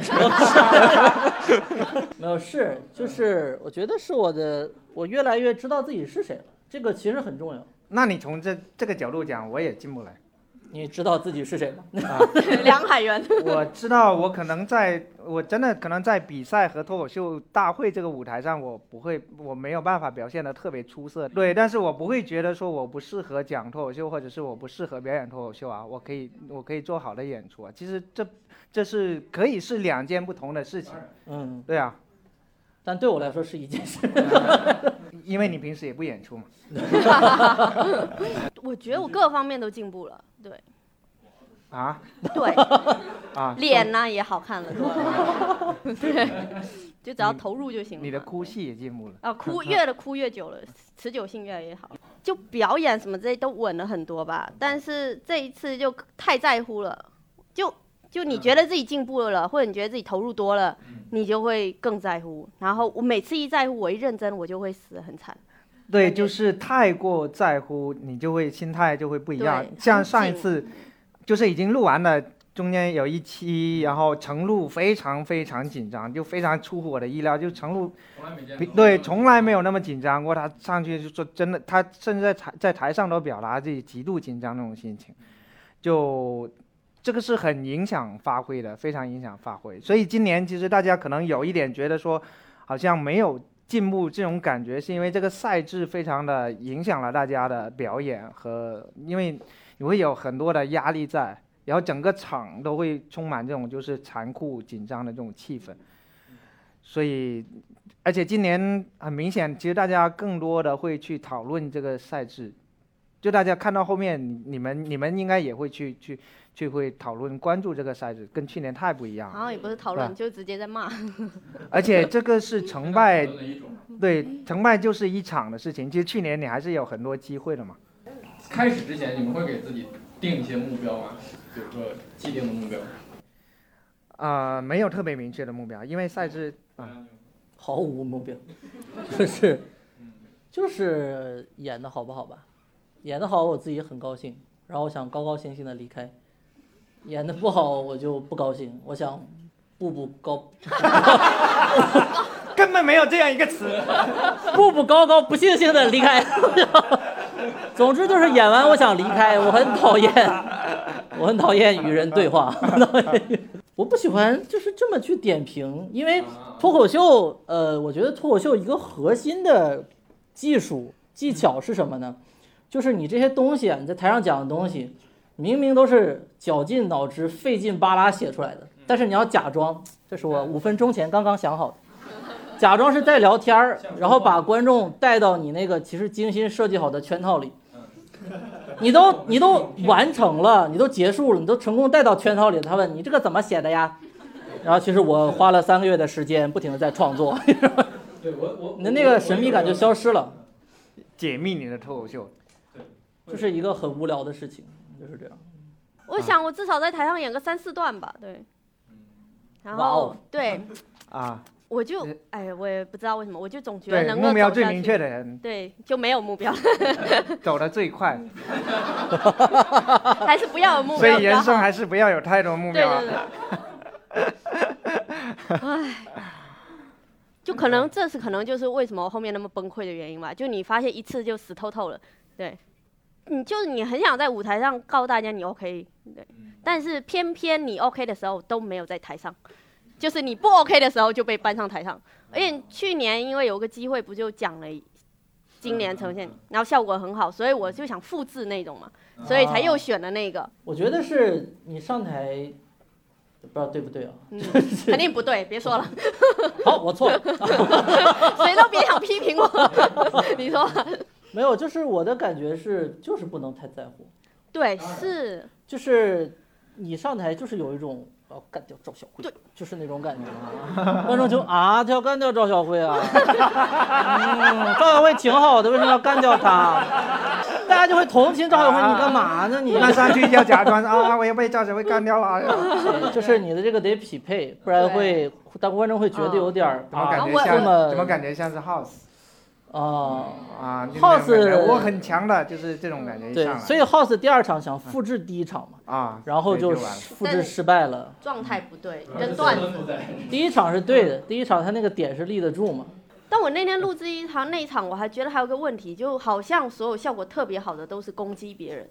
S4: [laughs] 没有是就是我觉得是我的，我越来越知道自己是谁了，这个其实很重要。
S2: 那你从这这个角度讲，我也进步了。
S4: 你知道自己是谁吗？
S3: 梁海源， [laughs]
S2: [laughs] 我知道，我可能在，我真的可能在比赛和脱口秀大会这个舞台上，我不会，我没有办法表现的特别出色。对，但是我不会觉得说我不适合讲脱口秀，或者是我不适合表演脱口秀啊。我可以，我可以做好的演出啊。其实这这是可以是两件不同的事情。
S4: 嗯，
S2: 对啊，
S4: 但对我来说是一件事。 [laughs]
S2: 因为你平时也不演出嘛。
S3: 我觉得我各方面都进步了，对
S2: 啊
S3: 对，
S2: 啊，
S3: 脸呢也好看了，对， [laughs] 就只要投入就行了嘛。
S2: 你的哭戏也进步了。
S3: 啊，哭越的哭越久了，持久性越来越好。就表演什么这些都稳了很多吧，但是这一次就太在乎了，就就你觉得自己进步了，或者你觉得自己投入多了，你就会更在乎。然后我每次一在乎，我一认真，我就会死得很惨。
S2: 对，
S3: 感觉
S2: 就是太过在乎，你就会心态就会不一样
S3: 对。
S2: 像
S3: 很
S2: 上一
S3: 紧
S2: 次，就是已经录完了，中间有一期，然后程璐非常非常紧张，就非常出乎我的意料，就程璐比对
S1: 嗯
S2: 从来没有那么紧张过，他上去就说真的，他甚至在台在台上都表达自己极度紧张那种心情，就这个是很影响发挥的，非常影响发挥。所以今年其实大家可能有一点觉得说，好像没有进步这种感觉，是因为这个赛制非常的影响了大家的表演和，因为你会有很多的压力在，然后整个场都会充满这种就是残酷紧张的这种气氛，所以。而且今年很明显，其实大家更多的会去讨论这个赛制，就大家看到后面，你你们你们应该也会去去去会讨论关注这个赛制，跟去年太不一样
S3: 然
S2: 了。
S3: 后也不是讨论，就直接在骂。
S2: 而且这个是成败对，成败就是一场的事情。其实去年你还是有很多机会的嘛。
S1: 开始之前，你们会给自己定一些目标吗？比如说既定的目标。
S2: 呃，没有特别明确的目标，因为赛制啊
S4: 毫无目标，就是就是演的好不好吧，演的好我自己很高兴，然后我想高高兴兴的离开，演的不好我就不高兴，我想步步高
S2: [laughs] 根本没有这样一个词。
S4: 步步高高不悻悻的离开。总之就是演完我想离开，我很讨厌，我很讨厌与人对话， [laughs] 我不喜欢就是这么去点评，因为脱口秀，呃，我觉得脱口秀一个核心的技术技巧是什么呢？就是你这些东西啊，你在台上讲的东西，明明都是绞尽脑汁、费劲巴拉写出来的，但是你要假装这是我五分钟前刚刚想好的。假装是在聊天儿，然后把观众带到你那个其实精心设计好的圈套里。你都你都完成了，你都结束了，你都成功带到圈套里。他问你这个怎么写的呀？然后其实我花了三个月的时间，不停的在创作，
S1: 对我我
S4: [laughs] 你的那个神秘感就消失了，
S2: 解密你的脱口秀，
S4: 就是一个很无聊的事情，就是这样。
S3: 我想我至少在台上演个三四段吧，对。然
S4: 哇
S3: 后
S4: 哦
S3: 对
S2: 啊，
S3: 我就
S2: 嗯
S3: 哎，我也不知道为什么，我就总觉得
S2: 对，
S3: 能够
S2: 目标
S3: 走
S2: 最
S3: 下
S2: 明
S3: 去
S2: 确
S4: [laughs]
S2: 的人
S3: 对，就没有目标， [laughs]
S2: 走得最快，
S4: 嗯
S3: 还是不要有目
S2: 所
S3: 标
S2: 以
S3: 比较
S2: 人生
S3: 好。
S2: 还是不要有太多目
S3: 对
S2: 标啊。
S3: 对对。唉，就可能这是可能就是为什么我后面那么崩溃的原因吧。就你发现一次就死透透了，对，你就是你很想在舞台上告诉大家你 OK，对，但是偏偏你 OK 的时候都没有在台上，就是你不 OK 的时候就被搬上台上。而且去年因为有个机会不就讲了一，今年呈现，然后效果很好，所以我就想复制那种嘛，所以才又选了那个。
S4: 我觉得是你上台，不知道对不对啊？
S3: 嗯， [laughs] 肯定不对，别说了，
S4: 好，我错了。
S3: 谁都别想批评
S4: [laughs]
S3: 我。你说
S4: 没有，就是我的感觉是，就是不能太在乎，
S3: 对，是
S4: 就是你上台就是有一种我要干掉赵小慧，就是那种感觉 [laughs] 啊。观众就啊，他要干掉赵小慧
S2: [laughs]
S4: 啊，嗯，赵小慧挺好的，为什么要干掉她？
S2: [laughs]
S4: 大家就会同情赵小慧，你干嘛呢你？
S2: 那上去要假装啊，我要被赵小慧干掉了哎呀，
S4: [laughs] 就是你的这个得匹配，不然会，当观众会觉得有点儿
S2: 怎么
S4: 啊
S2: 嗯感
S3: 啊
S2: 觉
S3: 我
S2: 像？
S4: 我
S2: 怎么感觉像是 house
S4: 啊。
S2: 啊就是那种感觉
S4: House
S2: 我很强的，就是这种感觉一
S4: 对
S2: 上，来。
S4: 所以 House 第二场想复制第一场嘛，
S2: 啊，
S4: 然后
S2: 对
S4: 就
S2: 完了
S4: 复制失败了。
S3: 状态不对，你的段
S4: 嗯
S3: 子。
S4: 第一场是对的，第一场他那个点是立得住嘛。
S3: 但我那天录制一堂那一场，我还觉得还有个问题，就好像所有效果特别好的都是攻击别人，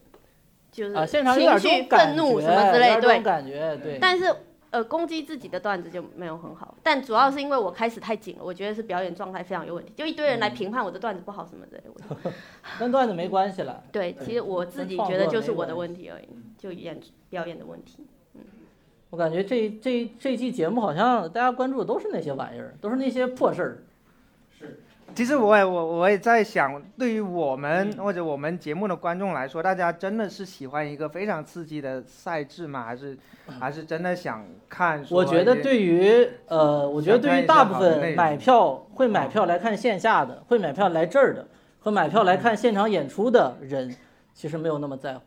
S3: 就是
S4: 啊，现场有
S3: 情
S4: 点这
S3: 绪、
S4: 种感
S3: 愤
S4: 觉，
S3: 怒什么之类，
S4: 有点这种
S3: 对。
S4: 感觉对。
S3: 但是呃，攻击自己的段子就没有很好。但主要是因为我开始太紧了，我觉得是表演状态非常有问题，就一堆人来评判我的段子不好什么之类的。我
S4: 嗯
S3: 就
S4: 跟段子没关系了。
S3: 对，其实我自己觉得就是我的问题而已，就演表演的问
S4: [laughs]
S3: 题。
S4: 我感觉这一这一这一期节目好像大家关注的都是那些玩意儿，都是那些破事儿。
S2: 其实我也我我也在想，对于我
S4: 嗯
S2: 们或者我们节目的观众来说，大家真的是喜欢一个非常刺激的赛制吗？还是还是真的想看？
S4: 我觉得，对于呃，我觉得对于大部
S2: 想看一下好的
S4: 分
S2: 内容
S4: 买票会买票来看线下的，会买票来这儿的，和买票来看现场演出的人，其实没有那么在乎。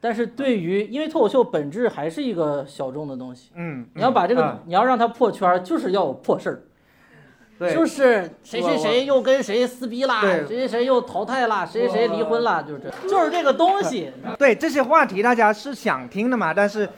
S4: 但是对于，因为脱口秀本质还是一个小众的东西，
S2: 嗯，
S4: 你要把这
S2: 嗯
S4: 个，你要让它破圈儿，就是要有破事儿。
S2: 对，
S4: 就是谁
S2: 我
S4: 谁
S2: 我
S4: 谁又跟谁撕逼啦，
S2: 对
S4: 谁谁谁又淘汰啦，谁谁谁离婚啦，就是这，就是这个东
S2: [laughs]
S4: 西。
S2: 对这些话题大家是想听的嘛，但是。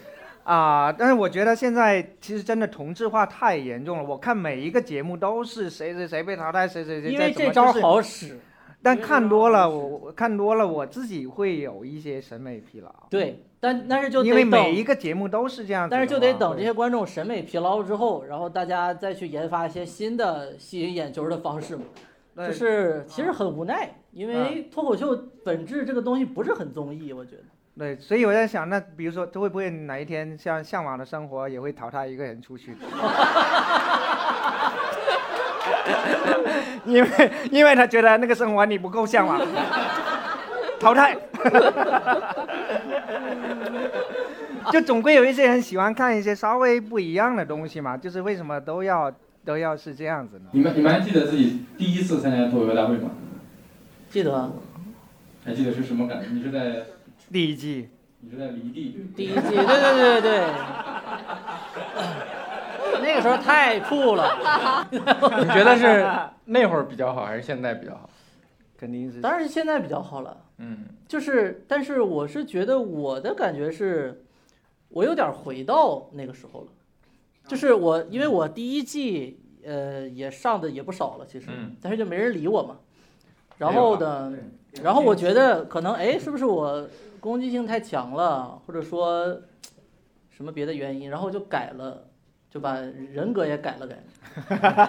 S2: 啊、但是我觉得现在其实真的同质化太严重了。我看每一个节目都是谁谁谁被淘汰，谁谁谁
S4: 因
S2: 在
S4: 为
S2: 怎么
S4: 这招
S2: 就是
S4: 好使，
S2: 但看多了，我我看多了，我自己会有一些审美疲劳。
S4: 对，但但是就
S2: 因为
S4: 得
S2: 每一
S4: 等，
S2: 个节目都是这样子的
S4: 但
S2: 嘛，
S4: 是就得等这
S2: 对
S4: 些观众审美疲劳之后，然后大家再去研发一些新的吸引眼球的方式嘛。
S2: 对嗯
S4: 就是其实很无奈，因为脱口秀本质这个东西不是很综艺，我觉得。
S2: 对，所以我在想，那比如说，会不会哪一天像《向往的生活》也会淘汰一个人出去？ [laughs] 因为因为他觉得那个生活你不够向往，淘汰。 [laughs] 就总归有一些人喜欢看一些稍微不一样的东西嘛，就是为什么都要都要是这样子呢？
S5: 你们你们还记得自己第一次参加脱口秀大会吗？
S4: 记得啊
S5: 还记得是什么感觉？你是在
S2: 第一季，
S5: 你是在离地，
S4: 第一季，
S2: [laughs]
S4: 对对对对对，那个时候太酷了。
S1: [laughs] 你觉得是那会儿比较好，还是现在比较好？
S2: 肯定是
S4: 当然是现在比较好了，
S1: 嗯，
S4: 就是，但是我是觉得我的感觉是，我有点回到那个时候了，就是我因为我第一季呃也上的也不少了，其实
S1: 嗯，
S4: 但是就没人理我嘛。然
S1: 没有
S4: 后
S1: 啊
S4: 呢，然后我觉得可能哎，是不是我攻击性太强了，或者说什么别的原因，然后就改了。就把人格也改
S1: [laughs]
S4: 了改，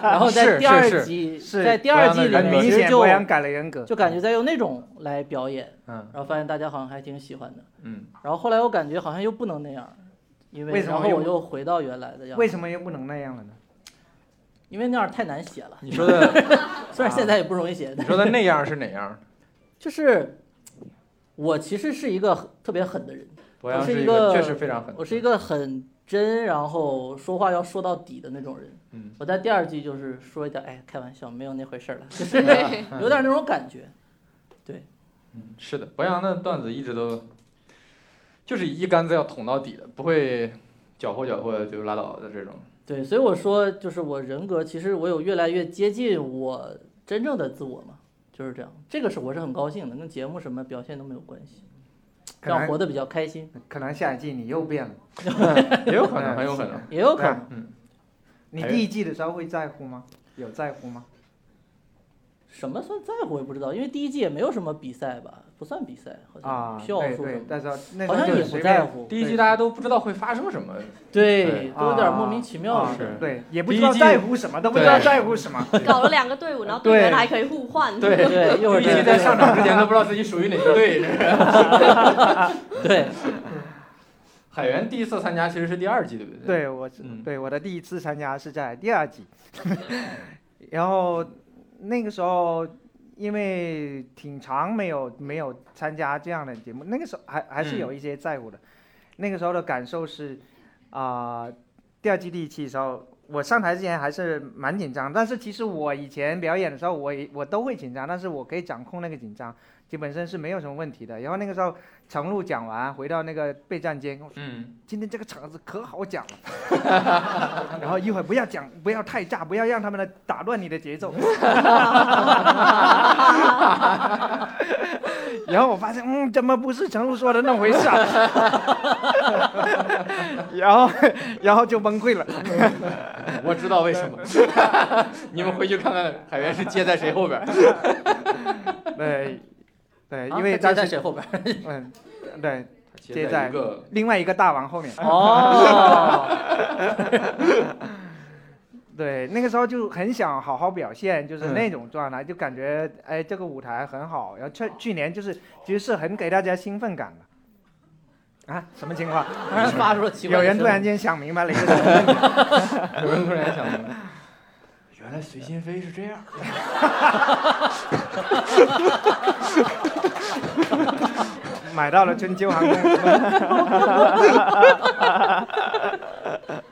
S4: 然后在
S1: 是
S4: 第二
S1: 是是
S4: 集，
S2: 是
S4: 在第二
S1: 不
S4: 季
S1: 一
S4: 里
S1: 样的
S2: 很
S1: 人格
S4: 面
S2: 明
S4: 其实
S2: 显
S4: 就
S2: 博洋改了人格，
S4: 就感觉在用那种来表演，
S1: 嗯
S4: 然后发现大家好像还挺喜欢的，
S1: 嗯，
S4: 然后后来我感觉好像又不能那样，因为
S2: 为什么
S4: 然后
S2: 又
S4: 我又回到原来的样子，
S2: 为什么又不能那样了呢？
S4: 因为那样太难写了，
S1: 你说的
S4: 虽然现在也不容易写，
S1: 你
S4: 但
S1: 说的那样是哪样？
S4: 就是我其实是一个很特别狠的人，
S1: 博洋
S4: 我是
S1: 是
S4: 一
S1: 一个
S4: 个
S1: 确实非常狠，
S4: 我是一个很真，然后说话要说到底的那种人。
S1: 嗯，
S4: 我在第二季就是说一点，哎，开玩笑，没有那回事儿了，就是
S3: 对
S4: 有点那种感觉。
S1: 是的，博洋的段子一直都就是一竿子要捅到底的，不会搅和搅和就拉倒的 [laughs] 这种。
S4: 对，所以我说，就是我人格，其实我有越来越接近我真正的自我嘛，就是这样。这个是我是很高兴的，跟节目什么表现都没有关系，
S2: 可
S4: 让我
S2: 能
S4: 活得比较开心，
S2: 可能下一季你又变了，
S1: 也有可能，很有可能。
S4: 也有可能。
S2: 能
S1: 嗯
S2: 你第一季的时候会在乎吗？有在乎吗？
S4: 什么算在乎我也不知道，因为第一季也没有什么比赛吧，不算比赛，好像，呃
S2: 啊
S4: 票
S2: 对
S4: 数什
S2: 对，
S4: 么的，
S2: 但是那时
S4: 好
S2: 候
S4: 像
S2: 就
S4: 也不
S2: 是随
S4: 在
S2: 便，
S4: 乎。
S1: 第一季大家都不知道会发生什么，
S4: 对，
S1: 对
S4: 都有点
S2: 啊
S4: 莫名其妙
S2: 啊
S4: 的。
S2: 对，也不
S1: 第
S2: 知
S1: 一
S2: 道
S1: 季
S2: 在乎什么，都不知道
S1: 对
S2: 在乎什么。
S3: 搞了两个队伍，然后队员还可以互换。
S1: 对
S4: 对，一会
S1: [laughs]
S4: 儿
S1: 第一季
S4: 再
S1: 在上场之前都不知道自己属于哪个队。这是
S4: 对，
S1: 海源第一次参加其实是第二季，对不对？对。
S2: 对我是
S1: 嗯
S2: 对我的第一次参加是在第二季， [laughs] 然后那个时候因为挺长没有没有参加这样的节目，那个时候还还是有一些在乎的。那个时候的感受是啊、第二季第一期的时候，我上台之前还是蛮紧张，但是其实我以前表演的时候，我也我都会紧张，但是我可以掌控那个紧张，基本上是没有什么问题的。然后那个时候程璐讲完回到那个备战间，我
S1: 嗯，
S2: 今天这个场子可好讲了， [laughs] 然后一会儿不要讲，不要太炸，不要让他们来打乱你的节奏。 [laughs] 然后我发现，嗯，怎么不是陈露说的那回事啊？ [laughs] 然后，然后就崩溃了。
S1: 我知道为什么。 [laughs] 你们回去看看海源是接在谁后边儿。
S2: 对，对，
S4: 啊
S2: [laughs] 因为
S4: 他接
S2: 当
S4: 在
S2: 时，
S4: 谁后边？ [laughs]
S2: 嗯，对，接
S1: 在
S2: 在
S1: 一 [laughs] 个
S2: 另外一个大王后面。
S4: 哦，
S2: 对，那个时候就很想好好表现，就是
S1: 嗯
S2: 那种状态，就感觉哎这个舞台很好。然后去去年就是其实是很给大家兴奋感的。啊，什么情况？
S4: 突然发出了奇怪
S2: 有
S4: 的声音。
S2: 人突然间想明白了一个什么问题？
S1: 有人突然想明白， [laughs] 原来随心飞是这样。
S2: 买到了春秋航 [laughs] 啊空。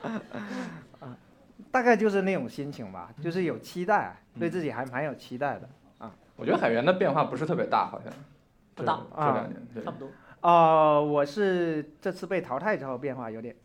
S2: 大概就是那种心情吧，就是有期待，对自己还蛮有期待的。
S1: 我觉得海源的变化不是特别大，好像
S4: 不大
S1: 这两年。对啊
S4: 差，不多。
S2: 哦、我是这次被淘汰之后变化有点，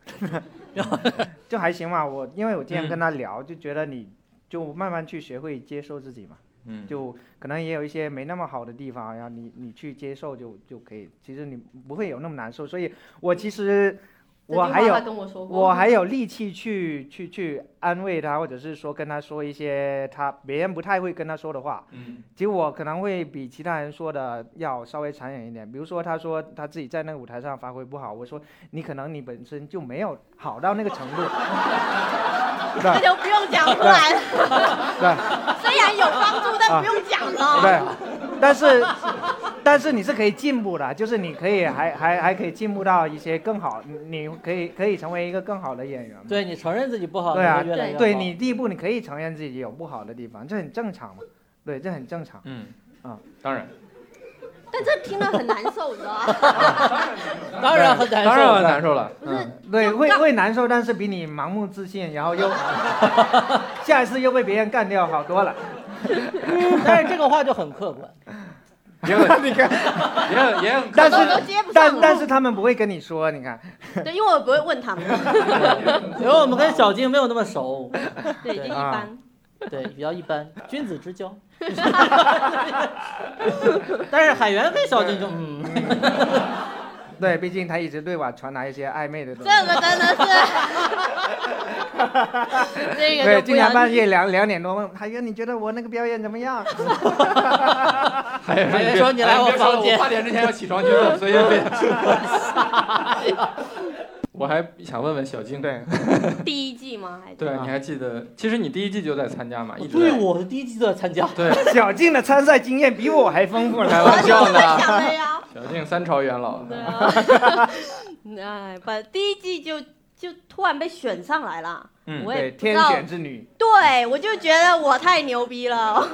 S2: [laughs] 就还行吧。我因为我之前跟他聊，就觉得你就慢慢去学会接受自己嘛，
S1: 嗯，
S2: 就可能也有一些没那么好的地方，然后你你去接受就就可以。其实你不会有那么难受，所以我其实
S3: 这句
S2: 我
S3: 话
S2: 还有
S3: 他跟我说过，
S2: 我还有力气去去去安慰他，或者是说跟他说一些他别人不太会跟他说的话。
S1: 嗯
S2: 其实我可能会比其他人说的要稍微残忍一点。比如说，他说他自己在那个舞台上发挥不好，我说你可能你本身就没有好到那个程度。 [laughs]
S3: 那
S2: 对
S3: 就不用讲出来了。
S2: [laughs] 对啊
S3: 虽然有帮助，但不用讲了。
S2: 对，但是但是你是可以进步的，就是你可以还还还可以进步到一些更好，你你可以可以成为一个更好的演员嘛。
S4: 对你承认自己不好，
S2: 对啊
S4: 你会越来越好。
S2: 对你第一步，你可以承认自己有不好的地方，这很正常嘛。对，这很正常。
S1: 嗯
S2: 啊，
S1: 当然，
S3: 但这听了很难受，你知道
S2: [laughs]
S3: 吗？
S4: 当然很难受。
S1: 当然很难受了。
S2: 啊
S1: 嗯
S3: 不是，
S2: 对，
S3: 就
S2: 会
S3: 干
S2: 会难受，但是比你盲目自信，然
S3: [laughs]
S2: 后又 [laughs] 下一次又被别人干掉好多了。
S4: [laughs] 但是这个话就很客观。
S1: [laughs] 也很你看，也很也很，
S2: 但
S3: 我都
S2: 是
S3: 接不上
S2: 但
S3: 了
S2: 但是他们不会跟你说，你看，
S3: 对，因为我不会问他们，
S4: 因为我们跟小金没有那么熟，
S3: 对，
S2: 啊
S3: 就一般。
S4: 对，比较一般，君子之交。 [laughs] 但是海源跟小金就嗯，
S2: 对，毕竟他一直对我传达一些暧昧的东
S3: 这
S2: 西。
S3: 个真的
S2: [laughs]
S3: 是，这个
S2: 对，
S3: 就不
S2: 经
S3: 要
S2: 常。半夜两两点多问海哥，你觉得我那个表演怎么样？ [laughs]
S1: 海源
S4: 海源说你来
S1: 哎
S4: 我
S1: 别说了
S4: 房间
S1: 我八点之前要起床去了，所以别。 [laughs] 我还想问问小静，
S2: 嗯对，
S3: 第一季吗？还是
S1: 对，你还记得？其实你第一季就在参加嘛，一直
S4: 对
S1: 在。
S4: 我的第一季都在啊参加，
S1: 对，
S2: 小静的参赛经验比我还丰富
S1: 开
S2: 呢。 [laughs]
S1: 玩笑
S3: 我
S1: 呢。
S3: 想了呀。
S1: 小静三朝元老， [laughs]
S3: 对啊， [laughs] 哎，把第一季就就突然被选上来了，
S1: 嗯
S3: 我也
S2: 对，
S3: 不知
S2: 天
S3: 道，
S2: 选之女。
S3: 对我就觉得我太牛逼了，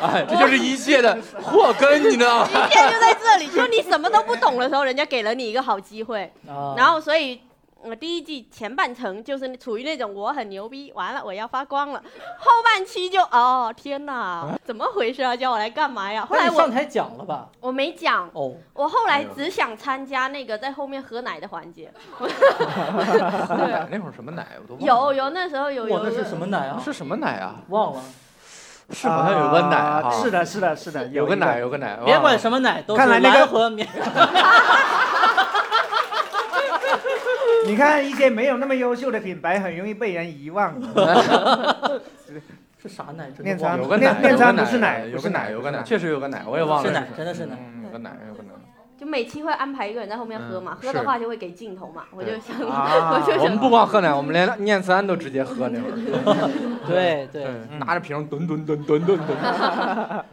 S1: 哎，这就是一切的祸根，你知道吗？
S3: [laughs] 一切就在这里，就你什么都不懂的时候，人家给了你一个好机会，
S4: 啊
S3: 然后所以我第一季前半程就是处于那种我很牛逼，完了我要发光了，后半期就哦天哪，怎么回事啊？叫我来干嘛呀？后
S4: 那
S3: 来
S4: 你上
S3: 我
S4: 台讲了吧？
S3: 我没讲，
S4: 哦，
S3: 我后来只想参加那个在后面喝奶的环节。
S1: 喝奶那会儿什么奶我都忘
S3: 有
S1: 了。
S3: 有那时候有
S4: 我
S3: 有
S4: 哎那是什么奶啊？
S1: 是什么奶啊？
S4: 忘了，
S1: 是好像有个奶哈。
S2: 啊是的，是的，是的，
S1: 啊有个
S2: 一
S1: 奶，。有个奶。
S4: 别
S1: 忘了
S4: 管什么奶，都是
S2: 看来那个
S4: 蓝和
S2: [laughs]
S4: 棉。
S2: 你看一些没有那么优秀的品牌，很容易被人
S3: [laughs]
S2: 遗忘。
S4: 是啥奶？真
S2: 面
S4: 的忘
S2: 茶
S4: 了
S1: 有个奶，
S2: 面面
S1: 有
S2: 餐
S1: 个
S2: 不是奶
S1: 有
S2: 不
S1: 个
S2: 是
S1: 奶，
S2: 奶
S1: 有个
S2: 不是
S1: 奶，
S2: 奶
S1: 确实有个奶，我也忘了
S4: 是奶
S1: 什么
S4: 真的是奶
S1: 嗯有个奶，有个奶。
S3: 就每期会安排一个人在后面喝嘛，
S1: 嗯
S3: 喝的话就会给镜头嘛，我就想，
S2: 啊
S3: 我就
S1: 我
S3: 想
S1: 们不光喝奶，我们连念慈庵都直接喝那会儿，
S4: 对对
S1: 对，
S2: 嗯
S1: 拿着瓶吨吨吨吨吨吨。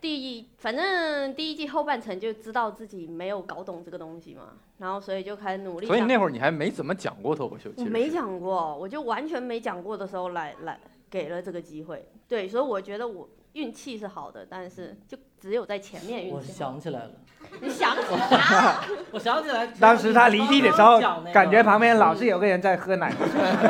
S3: 第一，反正第一季后半程就知道自己没有搞懂这个东西嘛，然后所以就开始努力
S1: 所以
S3: 想。
S1: 那会儿你还没怎么讲过脱口秀，其
S3: 我
S1: 实
S3: 没
S1: 是。
S3: 讲过，我就完全没讲过的时候来来给了这个机会，对，所以我觉得我运气是好的，但是就只有在前面运
S4: 我
S3: 气好。
S4: 想起来了，
S3: 你想起来了
S4: 我想起来。
S2: 当时他离地的时
S4: 刚刚
S2: 候
S4: 讲那，个
S2: 感觉旁边老是有个人在喝奶。
S4: [laughs]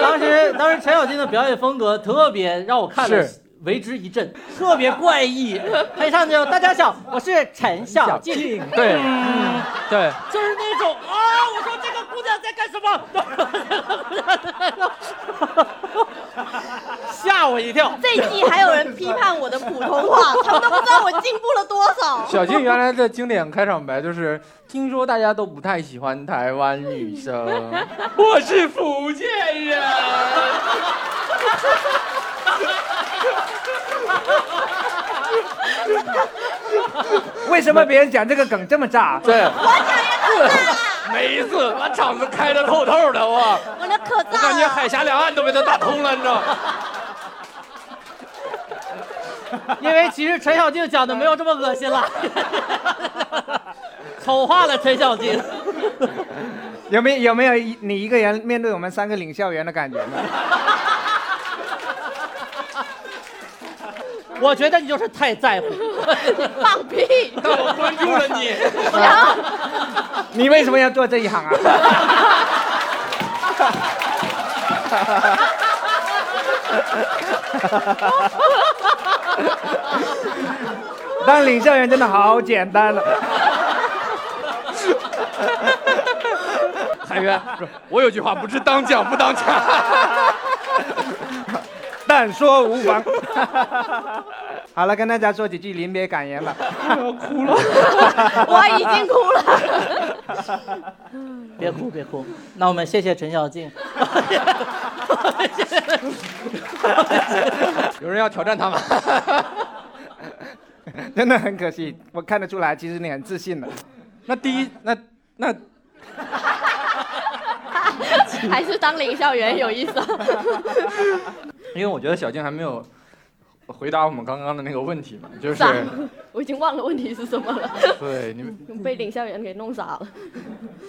S4: 当时当时陈小金的表演风格特别让我看了
S1: 是
S4: 为之一振，特别怪异。他一上去就，大家想，我是陈小静，
S1: 对，嗯对，
S4: 就是那种啊，我说这个姑娘在干什么？ [laughs] 吓我一跳。
S3: 这一季还有人批判我的普通话，他们都不知道我进步了多少。
S1: 小静原来的经典开场白就是：“听说大家都不太喜欢台湾女
S2: [laughs]
S1: 生，我是福建人。”
S2: 为什么别人讲这个梗这么炸？
S1: 对，我 [laughs] 讲每一次把场子开得透透的，我
S3: 我那可啊
S1: 我感
S3: 炸
S1: 觉
S3: 了，
S1: 海峡两岸都被他打通了，你知道吗？
S4: 因为其实陈小静讲的没有这么恶心了， [laughs] 丑化了陈小静。
S2: 有没有有没有一你一个人面对我们三个领校园的感觉呢？
S4: 我觉得你就是太在乎。
S3: 放屁！
S1: [laughs] 但我关注了你。
S2: 你为什么要做这一行啊？ [laughs] 当领校园真的好简单了。
S1: 海源说：“我有句话不知当讲不当讲。 [laughs]
S2: 但说无妨。 [laughs] 好了，跟大家说几句临别感言吧。
S3: [laughs] 我已经哭了。
S4: 别哭，别哭。那我们谢谢陈小静。 [laughs]
S1: 有人要挑战他吗？
S2: [laughs] 真的很可惜，我看得出来，其实你很自信的。
S1: [laughs] 那第一，那那
S3: 还是当领校员有意思、啊
S1: 因为我觉得小静还没有回答我们刚刚的那个问题嘛，就是
S3: 傻，我已经忘了问题是什么了，
S1: [laughs] 对你们，
S3: 被领校员给弄傻了。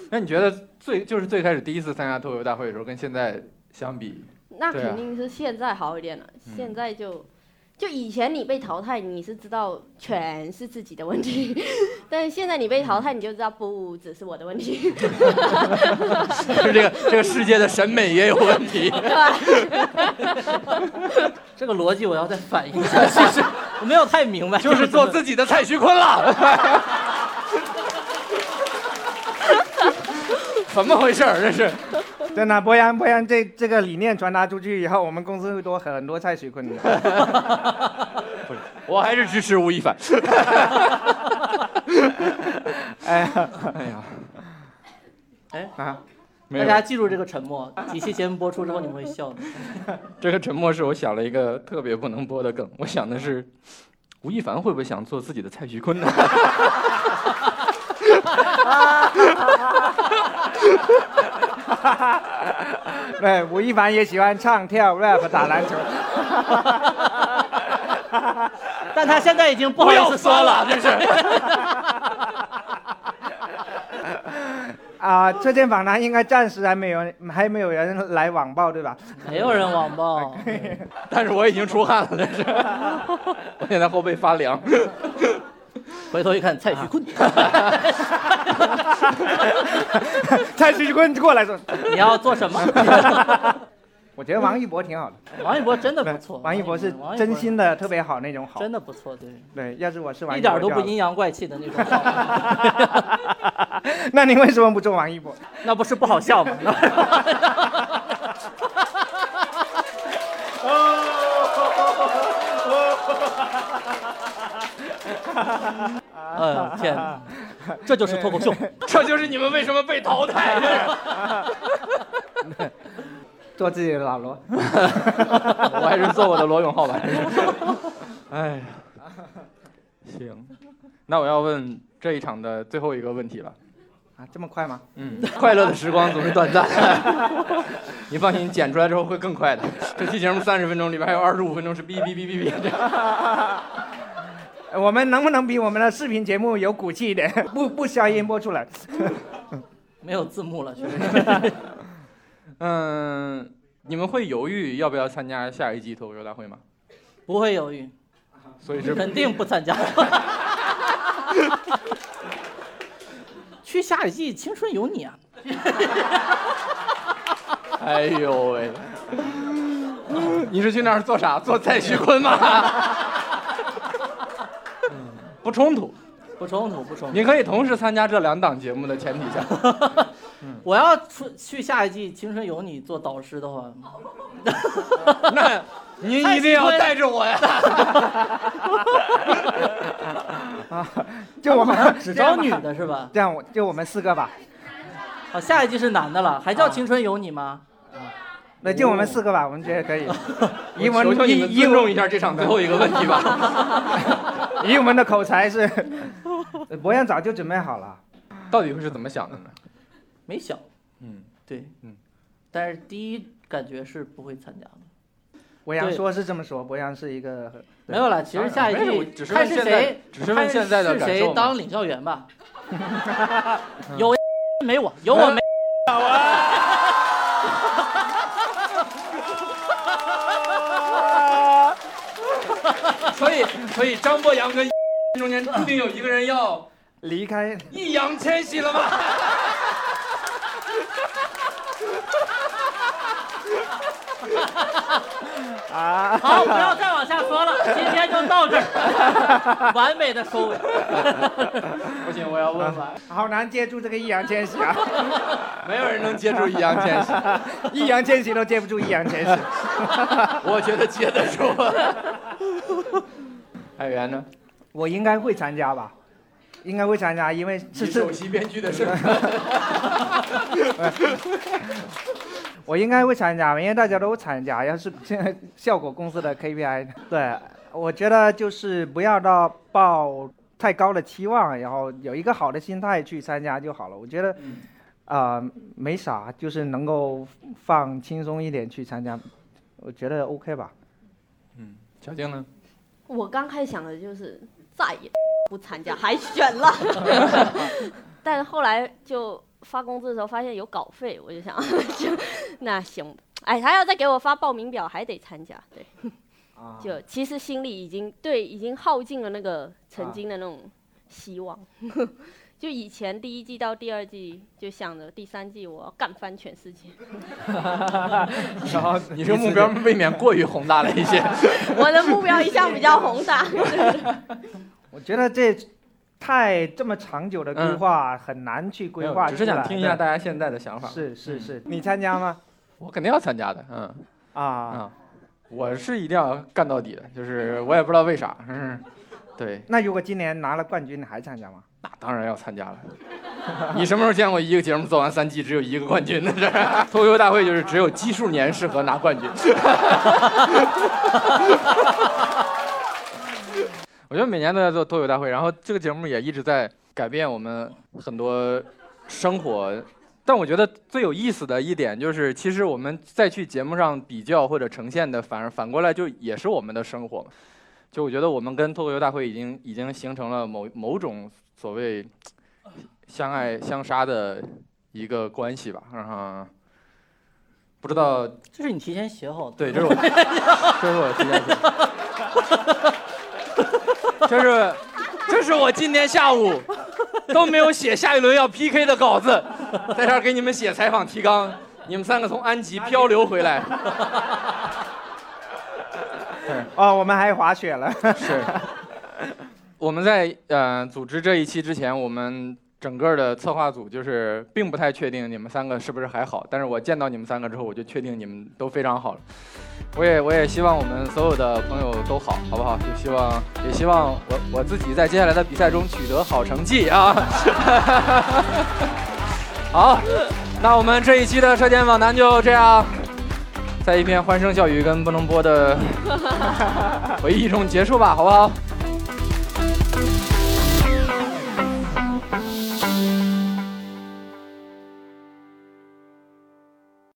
S1: 那你觉得最就是最开始第一次参加脱口秀大会的时候，跟现在相比， [laughs]
S3: 那
S1: 对啊
S3: 肯定是现在好一点了，
S1: 嗯
S3: 现在就。就以前你被淘汰，你是知道全是自己的问题， [laughs] 但是现在你被淘汰，你就知道不只是我的问题， [laughs]
S1: 就是这个这个世界的审美也有问题。
S3: 对吧？ [laughs]
S4: 这个逻辑我要再反应一下，其实 [laughs] 我没有太明
S1: [laughs]
S4: 白。
S1: 就是做自己的蔡徐坤 [laughs] 了。怎么回事儿？这是
S2: 真的，博洋，博洋这这个理念传达出去以后，我们公司会多很多蔡徐坤
S4: [laughs]
S2: 的。
S1: 不是？我还是支持吴亦凡。
S2: 哎呀，
S1: [laughs] 哎呀，
S2: 啊，
S1: 没
S4: 大
S1: 有，
S4: 家记住这个沉默，几期节目播出之后你们会笑的。
S1: 这个沉默是我想了一个特别不能播的梗。我想的是，吴亦凡会不会想做自己的蔡徐 [laughs] 坤呢？
S2: 对，吴亦凡也喜欢唱跳、rap、
S4: [laughs]
S2: 打篮球。 [laughs]
S4: 但他现在已经不好
S1: 不
S4: 意
S1: 要
S4: 思
S1: 说
S4: 说了。
S1: 了，这是。
S2: 啊，车间访谈应该暂时还没有人，还没有人来网暴，
S4: [laughs]
S2: 对吧？
S4: 没有人网暴，
S1: 但是我已经出汗了，这是。我现在后背发凉。
S4: 回头一看，蔡徐坤， [laughs]
S2: 蔡徐坤过来说，
S4: 你要做什么？
S2: 我觉得王一博挺好的，
S4: 王一博真的不错，嗯
S2: [laughs] 王一博是
S4: 王一
S2: 真心的特别好那种好，
S4: 真的不错，对，
S2: 对，要是我是王
S4: 一
S2: 一博
S4: 点儿都
S2: 就
S4: 不
S2: 好
S4: 阴阳怪气的那种话，
S2: [laughs] 那你为什么不做王一博？
S4: 那不是不好笑吗？哎呦天哪，
S1: [laughs]
S4: 这就是脱口秀。
S1: 这就是你们为什么被淘汰的。
S2: 做自己的老罗。
S1: [laughs] 我还是做我的罗永浩吧。 [laughs] 哎呀，行，那我要问这一场的最后一个问题了。
S2: 啊，这么快吗？ [laughs]
S1: 嗯， [laughs] 快乐的时光总是短暂， [laughs] 你放心，剪出来之后会更快的。这期节目三十分钟，里边还有二十五分钟是哔哔哔哔哔的。
S2: 呃我们能不能比我们的视频节目有骨气一点？ [laughs] 不不消音波出来。
S4: [laughs] 没有字幕了，确实。
S1: 嗯，你们会犹豫要不要参加下一季脱口秀大会吗？
S4: 不会犹豫，
S1: 所以是
S4: 肯定
S1: [laughs]
S4: 不参加。去下一季《青春有你》啊！
S1: 哎呦喂！你是去那儿做啥？做蔡徐坤吗？ [laughs] 不冲突，
S4: 不冲突，不冲突
S1: 你。可
S4: [laughs]
S1: 以同时参加这两档节目的前提 [laughs] 下，嗯
S4: 我要出去下一季《青春有你》做导师的话，
S1: 哦那您一定要带着我呀！
S2: 就我们 [laughs]
S4: 只
S2: 这样
S1: 啊
S4: 招
S2: 吧
S4: 女的是吧？
S2: 这样我就我们四个吧。
S4: 好，下一季是男的了，还叫《青春有你》吗？
S2: 那就我们四个吧，我们觉得可以。以
S1: [laughs]
S2: 我
S1: 求求
S2: 们
S1: 你们
S2: 以以
S1: 尊
S2: 我
S1: 重一下这场最后一个问题吧。
S2: 以我们的口才是，呃博洋早就准备好了。
S1: 到底会是怎么想的呢？
S4: 没想，
S1: 嗯，
S4: 对，
S1: 嗯，
S4: 但是第一感觉是不会参加的。
S2: 博洋
S4: 对
S2: 说是这么说，博洋是一个对
S4: 没有了，其实下一
S1: 没事我
S4: 季
S1: 只是
S4: 看
S1: 问
S4: 是
S1: 现在
S4: 谁，，
S1: 只是问现在的
S4: 看
S1: 感
S4: 是
S1: 受
S4: 谁
S1: 嘛。嗯
S4: 当领校
S1: [laughs]
S4: 员吧。 [laughs] 有没我，有我
S1: [laughs]
S4: 没。
S1: 所以，所以张博洋跟 [laughs] 中间注定有一个人要
S2: 离开
S1: 易烊千玺了吗？ [laughs]
S2: 啊。
S4: 好，不要再往下说了，今天就到
S1: [laughs]
S4: 这儿，完美的收尾。 [laughs]
S1: 不行，我要问完。
S2: 好难接住这个易烊千玺啊！ [laughs]
S1: 没有人能接住易烊千 [laughs] 玺，
S2: 易烊千玺都接不住易烊千玺。
S1: 我觉得接得住。 [laughs] 海源呢？
S2: 我应该会参加吧，应该会参加，因为
S1: 是
S2: 是是
S1: 首席编剧的身份。
S2: 我应该会参加吧，因为大家都参加。要是现在效果公司的 KPI，对 [laughs] 我觉得就是不要到抱太高的期望，然后有一个好的心态去参加就好了。我觉得，啊、没啥，就是能够放轻松一点去参加，我觉得 OK 吧。
S1: 嗯，小静呢？
S3: 我刚开始想的就是再也不参加，还选了， [laughs] 但是后来就发工资的时候发现有稿费，我就想， [laughs] 就那行，哎，他要再给我发报名表，还得参加，对，
S2: 啊
S3: 就其实心里已经对已经耗尽了那个曾经的那种希望， [laughs] 就以前第一季到第二季就想着第三季我要干翻全世界， [laughs]
S2: 然后
S1: 你这个目标未免过于宏大了一 [laughs] 些。
S3: 我的目标一向比较宏大，
S2: 我觉得这太这么长久的规划、很难去规划出
S1: 嗯只
S2: 来。
S1: 是想听一下
S2: 对
S1: 大家现在的嗯想法。
S2: 是是是，你参加吗？
S1: 我肯定要参加的。嗯
S2: 啊，
S1: 啊，我是一定要干到底的，就是我也不知道为啥。嗯，对，
S2: 那如果今年拿了冠军，你还参加吗？
S1: 那当然要参加了。你什么时候见过一个节目做完三季只有一个冠军的？这 [laughs] 脱口秀大会就是只有奇数年适合拿冠军。 [laughs] 我觉得每年都在做脱口秀大会，然后这个节目也一直在改变我们很多生活。但我觉得最有意思的一点就是，其实我们再去节目上比较或者呈现的，反而反过来就也是我们的生活嘛。就我觉得我们跟脱口秀大会已经已经形成了某某种所谓相爱相杀的一个关系吧。嗯，不知道，
S4: 这是你提前写好的，
S1: 对，这是我，这是我提前写的，就是，这这是我今天下午都没有写下一轮要 PK 的稿子，在这儿给你们写采访提纲。你们三个从安吉漂流回来，
S2: 哦，我们还滑雪了，
S1: [laughs] 是。我们在呃组织这一期之前，我们整个的策划组就是并不太确定你们三个是不是还好，但是我见到你们三个之后，我就确定你们都非常好了。我也我也希望我们所有的朋友都好，好不好？也希望也希望我我自己在接下来的比赛中取得好成绩啊！ [laughs] 好，那我们这一期的射箭访谈就这样，在一片欢声笑语跟不能播的回忆中结束吧，好不好？